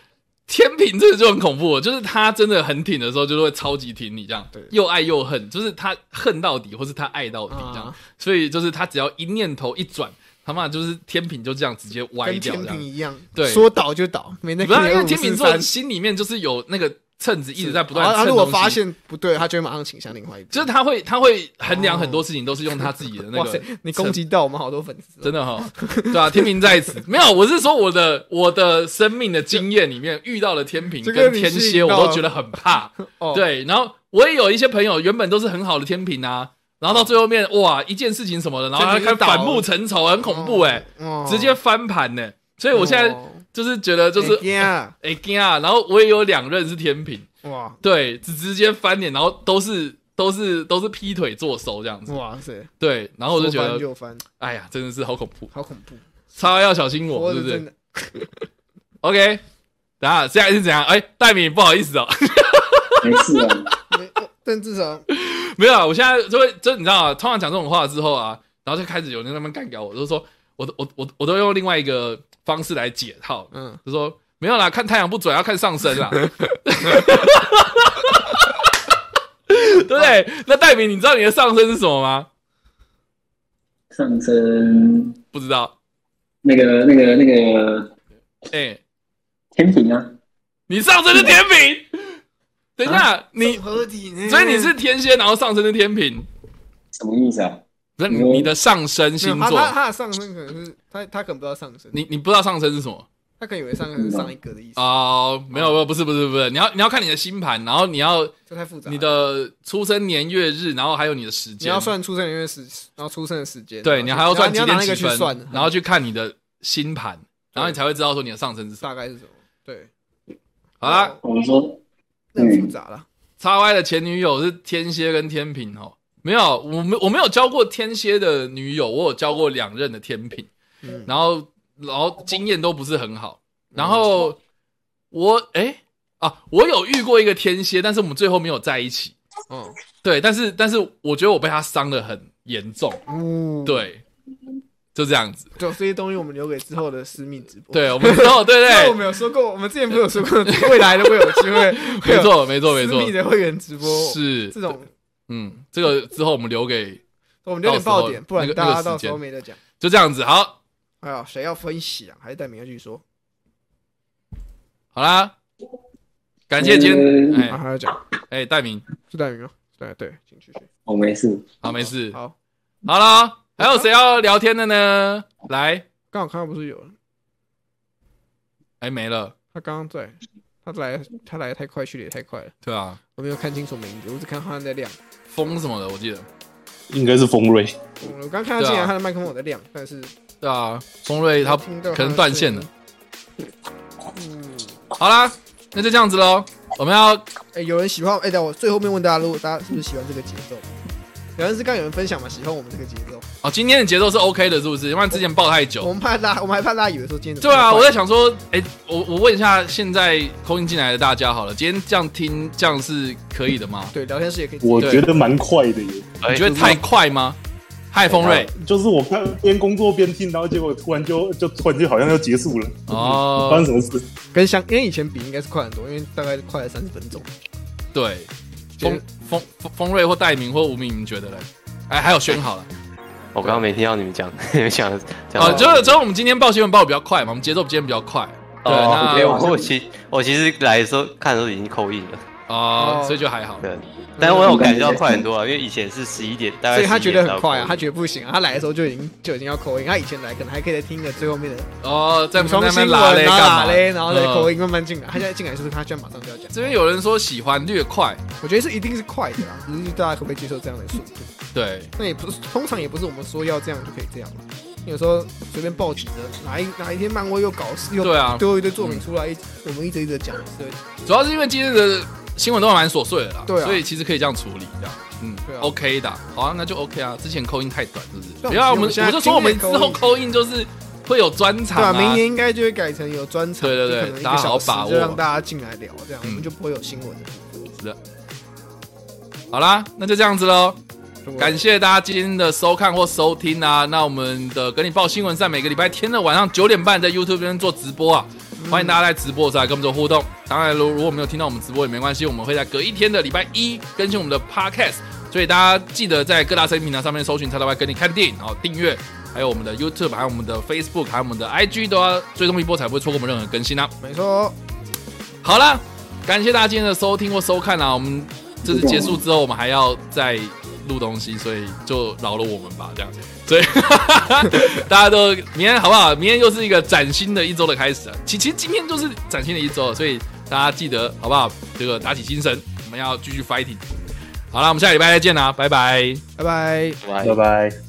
[SPEAKER 1] 天平这个就很恐怖，就是他真的很挺的时候，就是会超级挺你这样
[SPEAKER 2] 对，
[SPEAKER 1] 又爱又恨，就是他恨到底，或是他爱到底这样。
[SPEAKER 2] 啊
[SPEAKER 1] 所以就是他只要一念头一转，他妈就是天平就这样直接歪
[SPEAKER 2] 跟
[SPEAKER 1] 掉
[SPEAKER 2] 天
[SPEAKER 1] 这样
[SPEAKER 2] 平。一样，
[SPEAKER 1] 对
[SPEAKER 2] 说倒就倒，没那
[SPEAKER 1] 不
[SPEAKER 2] 个
[SPEAKER 1] 是，因为
[SPEAKER 2] 五
[SPEAKER 1] 天秤
[SPEAKER 2] 四
[SPEAKER 1] 座
[SPEAKER 2] 三
[SPEAKER 1] 心里面就是有那个秤子一直在不
[SPEAKER 2] 然
[SPEAKER 1] 断
[SPEAKER 2] 后
[SPEAKER 1] 秤
[SPEAKER 2] 如果
[SPEAKER 1] 东
[SPEAKER 2] 发
[SPEAKER 1] 西，
[SPEAKER 2] 现不对，他就会马上倾向另外一边。
[SPEAKER 1] 就是他会他会衡量
[SPEAKER 2] 哦
[SPEAKER 1] 很多事情都是用他自己的那
[SPEAKER 2] [LAUGHS] 哇
[SPEAKER 1] 个
[SPEAKER 2] 塞，你攻
[SPEAKER 1] 秤
[SPEAKER 2] 击到我们好多粉丝
[SPEAKER 1] [LAUGHS]
[SPEAKER 2] 哦，
[SPEAKER 1] 真的哈、对啊，天平在
[SPEAKER 2] [LAUGHS]
[SPEAKER 1] 此没有，我是说我的我的生命的经验里面遇到了天平
[SPEAKER 2] 这个
[SPEAKER 1] 跟
[SPEAKER 2] 你
[SPEAKER 1] 天
[SPEAKER 2] 吸
[SPEAKER 1] 蝎，
[SPEAKER 2] 引
[SPEAKER 1] 我
[SPEAKER 2] 到
[SPEAKER 1] 都觉得很怕。
[SPEAKER 2] [LAUGHS] 哦，
[SPEAKER 1] 对，然后我也有一些朋友原本都是很好的天平啊，然后到最后面哇一件事情什么的，然后他
[SPEAKER 2] 天平
[SPEAKER 1] 开
[SPEAKER 2] 就倒
[SPEAKER 1] 反目成仇，很恐怖哎、
[SPEAKER 2] 哦，
[SPEAKER 1] 直接翻盘呢、所以我现在
[SPEAKER 2] 哦
[SPEAKER 1] 就是觉得就是
[SPEAKER 2] 哎呀
[SPEAKER 1] 哎惊啊，然后我也有两任是天平，
[SPEAKER 2] 哇
[SPEAKER 1] 对，直直接翻脸，然后都是都是都是劈腿做手这样子，
[SPEAKER 2] 哇塞，
[SPEAKER 1] 对，然后我就觉
[SPEAKER 2] 说翻
[SPEAKER 1] 得
[SPEAKER 2] 就翻，
[SPEAKER 1] 哎呀真的是好恐怖。
[SPEAKER 2] 好恐怖，
[SPEAKER 1] 超要小心我，
[SPEAKER 2] 活
[SPEAKER 1] 是
[SPEAKER 2] 着
[SPEAKER 1] 不
[SPEAKER 2] 真
[SPEAKER 1] 是
[SPEAKER 2] 的
[SPEAKER 1] ？OK，等下现在是怎样？哎、戴敏，不好意思哦， [LAUGHS]
[SPEAKER 5] 没事啊，
[SPEAKER 2] 没，哦但至少
[SPEAKER 1] 没有啊，我现在就会就你知道啊，通常讲这种话之后啊，然然后就开始有人在那边干掉我，就是说我都我我我都用另外一个方式来解套，
[SPEAKER 2] 嗯，
[SPEAKER 1] 就说没有啦，看太阳不准，要看上升啊 [LAUGHS] 啦。对不对？那戴明，你知道你的上升是什么吗？
[SPEAKER 5] 上升
[SPEAKER 1] 不知道。
[SPEAKER 5] 那个那个那个
[SPEAKER 1] 哎、
[SPEAKER 5] 天平啊，
[SPEAKER 1] 你上升是天平。等一下，你
[SPEAKER 2] 综合体
[SPEAKER 1] [LAUGHS]
[SPEAKER 2] 呢？
[SPEAKER 1] 所以你是天蝎，然后上升是天平，
[SPEAKER 5] 什么意思啊？
[SPEAKER 1] 不是你你的上升
[SPEAKER 2] 没有
[SPEAKER 1] 星
[SPEAKER 2] 他
[SPEAKER 1] 座
[SPEAKER 2] 他，他的上升可能是他他可能不知道上升，
[SPEAKER 1] 你你不知道上升是什么
[SPEAKER 2] 他可能以为上升是上一格的意思，
[SPEAKER 1] 哦？没有没有，不是不是不是，你要你要看你的星盘，然后你要
[SPEAKER 2] 这太复杂了。
[SPEAKER 1] 你的出生年月日，然后还有你的时
[SPEAKER 2] 你
[SPEAKER 1] 间，
[SPEAKER 2] 要算出生年月时，然后出生的时间，
[SPEAKER 1] 对你还要算
[SPEAKER 2] 你
[SPEAKER 1] 几
[SPEAKER 2] 要拿
[SPEAKER 1] 点
[SPEAKER 2] 那
[SPEAKER 1] 几
[SPEAKER 2] 个去
[SPEAKER 1] 分
[SPEAKER 2] 算，，
[SPEAKER 1] 然后去看你的星盘，然后你才会知道说你的上升是什么。
[SPEAKER 2] 嗯大概是什么？对，
[SPEAKER 1] 好
[SPEAKER 2] 哦
[SPEAKER 1] 啦，
[SPEAKER 5] 我们说
[SPEAKER 2] 那很复杂了。
[SPEAKER 1] 叉 Y 的前女友是天蝎跟天平哦，没有，我没我没有交过天蝎的女友，我有交过两任的天平，
[SPEAKER 2] 嗯，
[SPEAKER 1] 然后然后经验都不是很好，然后我哎、啊，我有遇过一个天蝎，但是我们最后没有在一起，
[SPEAKER 2] 哦，
[SPEAKER 1] 对，但是但是我觉得我被他伤的很严重，
[SPEAKER 2] 嗯，，
[SPEAKER 1] 对，就这样子，
[SPEAKER 2] 就这些东西我们留给之后的私密直播。
[SPEAKER 1] 对我们之后对
[SPEAKER 2] 因为我
[SPEAKER 1] 不
[SPEAKER 2] 们有说过，我们之前不是有说
[SPEAKER 1] [LAUGHS]
[SPEAKER 2] 过，未来都会有机会，会
[SPEAKER 1] 对？没
[SPEAKER 2] 有
[SPEAKER 1] 错没错没
[SPEAKER 2] 私密
[SPEAKER 1] 错，
[SPEAKER 2] 的会员直播，
[SPEAKER 1] 是
[SPEAKER 2] 这种，
[SPEAKER 1] 嗯，这个之后我们留给
[SPEAKER 2] 我们留点爆点，
[SPEAKER 1] 到时候
[SPEAKER 2] 不然
[SPEAKER 1] 那个
[SPEAKER 2] 大
[SPEAKER 1] 那
[SPEAKER 2] 家
[SPEAKER 1] 个时
[SPEAKER 2] 到时候
[SPEAKER 1] 间
[SPEAKER 2] 没得讲。
[SPEAKER 1] 就这样子，好，
[SPEAKER 2] 哎呀，谁要分析啊？还是戴明要继续说？
[SPEAKER 1] 好啦，感谢今天，
[SPEAKER 5] 嗯
[SPEAKER 1] 哎、
[SPEAKER 2] 啊，还要讲
[SPEAKER 1] 哎，戴明，
[SPEAKER 2] 是戴明吗？对对，请继续。
[SPEAKER 5] 我没事，
[SPEAKER 1] 好，没事，
[SPEAKER 2] 好，
[SPEAKER 1] 好啦，还有谁要聊天的呢？来，
[SPEAKER 2] 刚好看到不是有人，
[SPEAKER 1] 哎，没了，
[SPEAKER 2] 他刚刚在，他来他来得太快，去的也太快了，
[SPEAKER 1] 对啊，
[SPEAKER 2] 我没有看清楚名字，我只看到他在亮。
[SPEAKER 1] 风什么的，我记得，
[SPEAKER 3] 应该是丰瑞。
[SPEAKER 2] 我刚看到进来他的麦克风有在亮，但是
[SPEAKER 1] 啊对啊，风瑞他
[SPEAKER 2] 听到
[SPEAKER 1] 可能断线了。
[SPEAKER 2] 嗯，
[SPEAKER 1] 好啦，那就这样子喽，我们要
[SPEAKER 2] 哎，有人喜欢，哎，等我最后面问大家，如果大家是不是喜欢这个节奏？有人是刚有人分享嘛，喜欢我们这个节奏，
[SPEAKER 1] 哦，今天的节奏是 OK 的，是不是？因为之前报太
[SPEAKER 2] 我
[SPEAKER 1] 久，
[SPEAKER 2] 们怕大家，我们还怕大家以为说今天怎
[SPEAKER 1] 对
[SPEAKER 2] 么
[SPEAKER 1] 啊，
[SPEAKER 2] 那么
[SPEAKER 1] 我
[SPEAKER 2] 快
[SPEAKER 1] 在想说，哎，我我问一下现在空音进来的大家好了，今天这样听这样是可以的吗？
[SPEAKER 2] 对聊天室也可以，
[SPEAKER 3] 我
[SPEAKER 1] 对
[SPEAKER 3] 觉得蛮快的耶，
[SPEAKER 7] 哎
[SPEAKER 3] 啊
[SPEAKER 1] 你觉得太快吗？嗨，风瑞，
[SPEAKER 3] 就是我看边工作边听，然后结果突然就就突然就好像要结束了，
[SPEAKER 7] 哎
[SPEAKER 3] 发
[SPEAKER 1] 哦
[SPEAKER 7] 嗯
[SPEAKER 3] 生，什么事？
[SPEAKER 2] 跟相跟以前比应该是快很多，因为大概快了三十分钟。
[SPEAKER 1] 对，
[SPEAKER 7] 嗯
[SPEAKER 1] 丰丰丰丰瑞或戴明或吴明，你们觉得嘞？哎，还有宣
[SPEAKER 7] [LAUGHS]
[SPEAKER 1] 好了。
[SPEAKER 7] 我刚刚没听到你们讲， [LAUGHS] 你们讲讲
[SPEAKER 1] 哦，
[SPEAKER 7] 到
[SPEAKER 1] 就是只有我们今天报新闻报的比较快嘛，我们节奏今天比较快。对，
[SPEAKER 7] 哦，对，
[SPEAKER 1] 那
[SPEAKER 7] 我我其我其实来的时候看的时候已经扣印了，
[SPEAKER 1] 哦
[SPEAKER 2] 哦，
[SPEAKER 1] 所以就还好。
[SPEAKER 7] 对，但
[SPEAKER 2] 嗯
[SPEAKER 7] 我有感觉到快很多啊了，因为以前是十一点，大概
[SPEAKER 2] 所以他
[SPEAKER 7] 11
[SPEAKER 2] 觉
[SPEAKER 7] 点
[SPEAKER 2] 得
[SPEAKER 7] 才
[SPEAKER 2] 很
[SPEAKER 7] 有
[SPEAKER 2] 快啊，
[SPEAKER 7] 扣
[SPEAKER 2] 他
[SPEAKER 7] 印
[SPEAKER 2] 觉得不行，他来的时候就已经就已经要扣音，他以前来可能还可以再听个最后面的
[SPEAKER 1] 哦，在
[SPEAKER 2] 补充
[SPEAKER 1] 那
[SPEAKER 2] 新
[SPEAKER 1] 边
[SPEAKER 2] 闻，
[SPEAKER 1] 拉嘞
[SPEAKER 2] 然后
[SPEAKER 1] 干
[SPEAKER 2] 拉
[SPEAKER 1] 嘛
[SPEAKER 2] 嘞，然后再扣
[SPEAKER 1] 嗯
[SPEAKER 2] 音慢慢进来，他现在进来就是他居然马上就要讲，
[SPEAKER 1] 这边有人说喜欢略快，
[SPEAKER 2] 我觉得是一定是快的啦，只是大家可不可以接受这样的速度？
[SPEAKER 1] 对，
[SPEAKER 2] 那也不是，通常也不是我们说要这样就可以这样了。有时候随便报几则，哪一哪一天漫威又搞事，又
[SPEAKER 1] 对啊
[SPEAKER 2] 丢一堆作品出来，一直我们一直一直讲，对
[SPEAKER 1] 主要是因为今天的新闻都还蛮琐碎的啦，
[SPEAKER 2] 对啊
[SPEAKER 1] 所以其实可以这样处理，这样，嗯
[SPEAKER 2] 对啊
[SPEAKER 1] ，OK 的，好啊，那就 OK 啊。之前扣印太短，是不是？
[SPEAKER 2] 对
[SPEAKER 1] 不要，我们
[SPEAKER 2] 我们现在
[SPEAKER 1] 我就说我们
[SPEAKER 2] 今
[SPEAKER 1] 之
[SPEAKER 2] 天的
[SPEAKER 1] 后扣印就是会有专
[SPEAKER 2] 对
[SPEAKER 1] 场
[SPEAKER 2] 啊，
[SPEAKER 1] 啊，
[SPEAKER 2] 明年应该就会改成有专场，
[SPEAKER 1] 对对对
[SPEAKER 2] 就可能一
[SPEAKER 1] 大
[SPEAKER 2] 个
[SPEAKER 1] 家好
[SPEAKER 2] 小
[SPEAKER 1] 好
[SPEAKER 2] 时
[SPEAKER 1] 把握
[SPEAKER 2] 就让大家进来聊，这样我们
[SPEAKER 1] 嗯
[SPEAKER 2] 就不会有新闻了。
[SPEAKER 1] 好啦，那就这样子喽。
[SPEAKER 2] 对
[SPEAKER 1] 感谢大家今天的收看或收听啊！那我们的跟你报新闻在每个礼拜天的晚上九点半在 YouTube 这边做直播啊，欢迎大家来直播的时候来跟我们做互动。当然，如如果没有听到我们直播也没关系，我们会在隔一天的礼拜一更新我们的 Podcast，所以大家记得在各大声音平台上面搜寻“叉大外跟你看电影”，然后订阅，还有我们的 YouTube，还有我们的 Facebook，还有我们的 IG 都要追踪一波才不会错过我们任何更新啊！
[SPEAKER 2] 没错，
[SPEAKER 1] 好啦，感谢大家今天的收听或收看啊啦。我们这次结束之后，我们还要再录东西，所以就饶了我们吧，这样。所以 [LAUGHS] 大家都明天好不好？明天又是一个崭新的一周的开始啊！其其实今天就是崭新的一周了，所以大家记得好不好？这个打起精神，我们要继续 fighting。好啦，我们下礼拜再见啦，拜拜。
[SPEAKER 2] 拜拜。
[SPEAKER 7] 拜
[SPEAKER 3] 拜
[SPEAKER 7] 拜
[SPEAKER 3] 拜。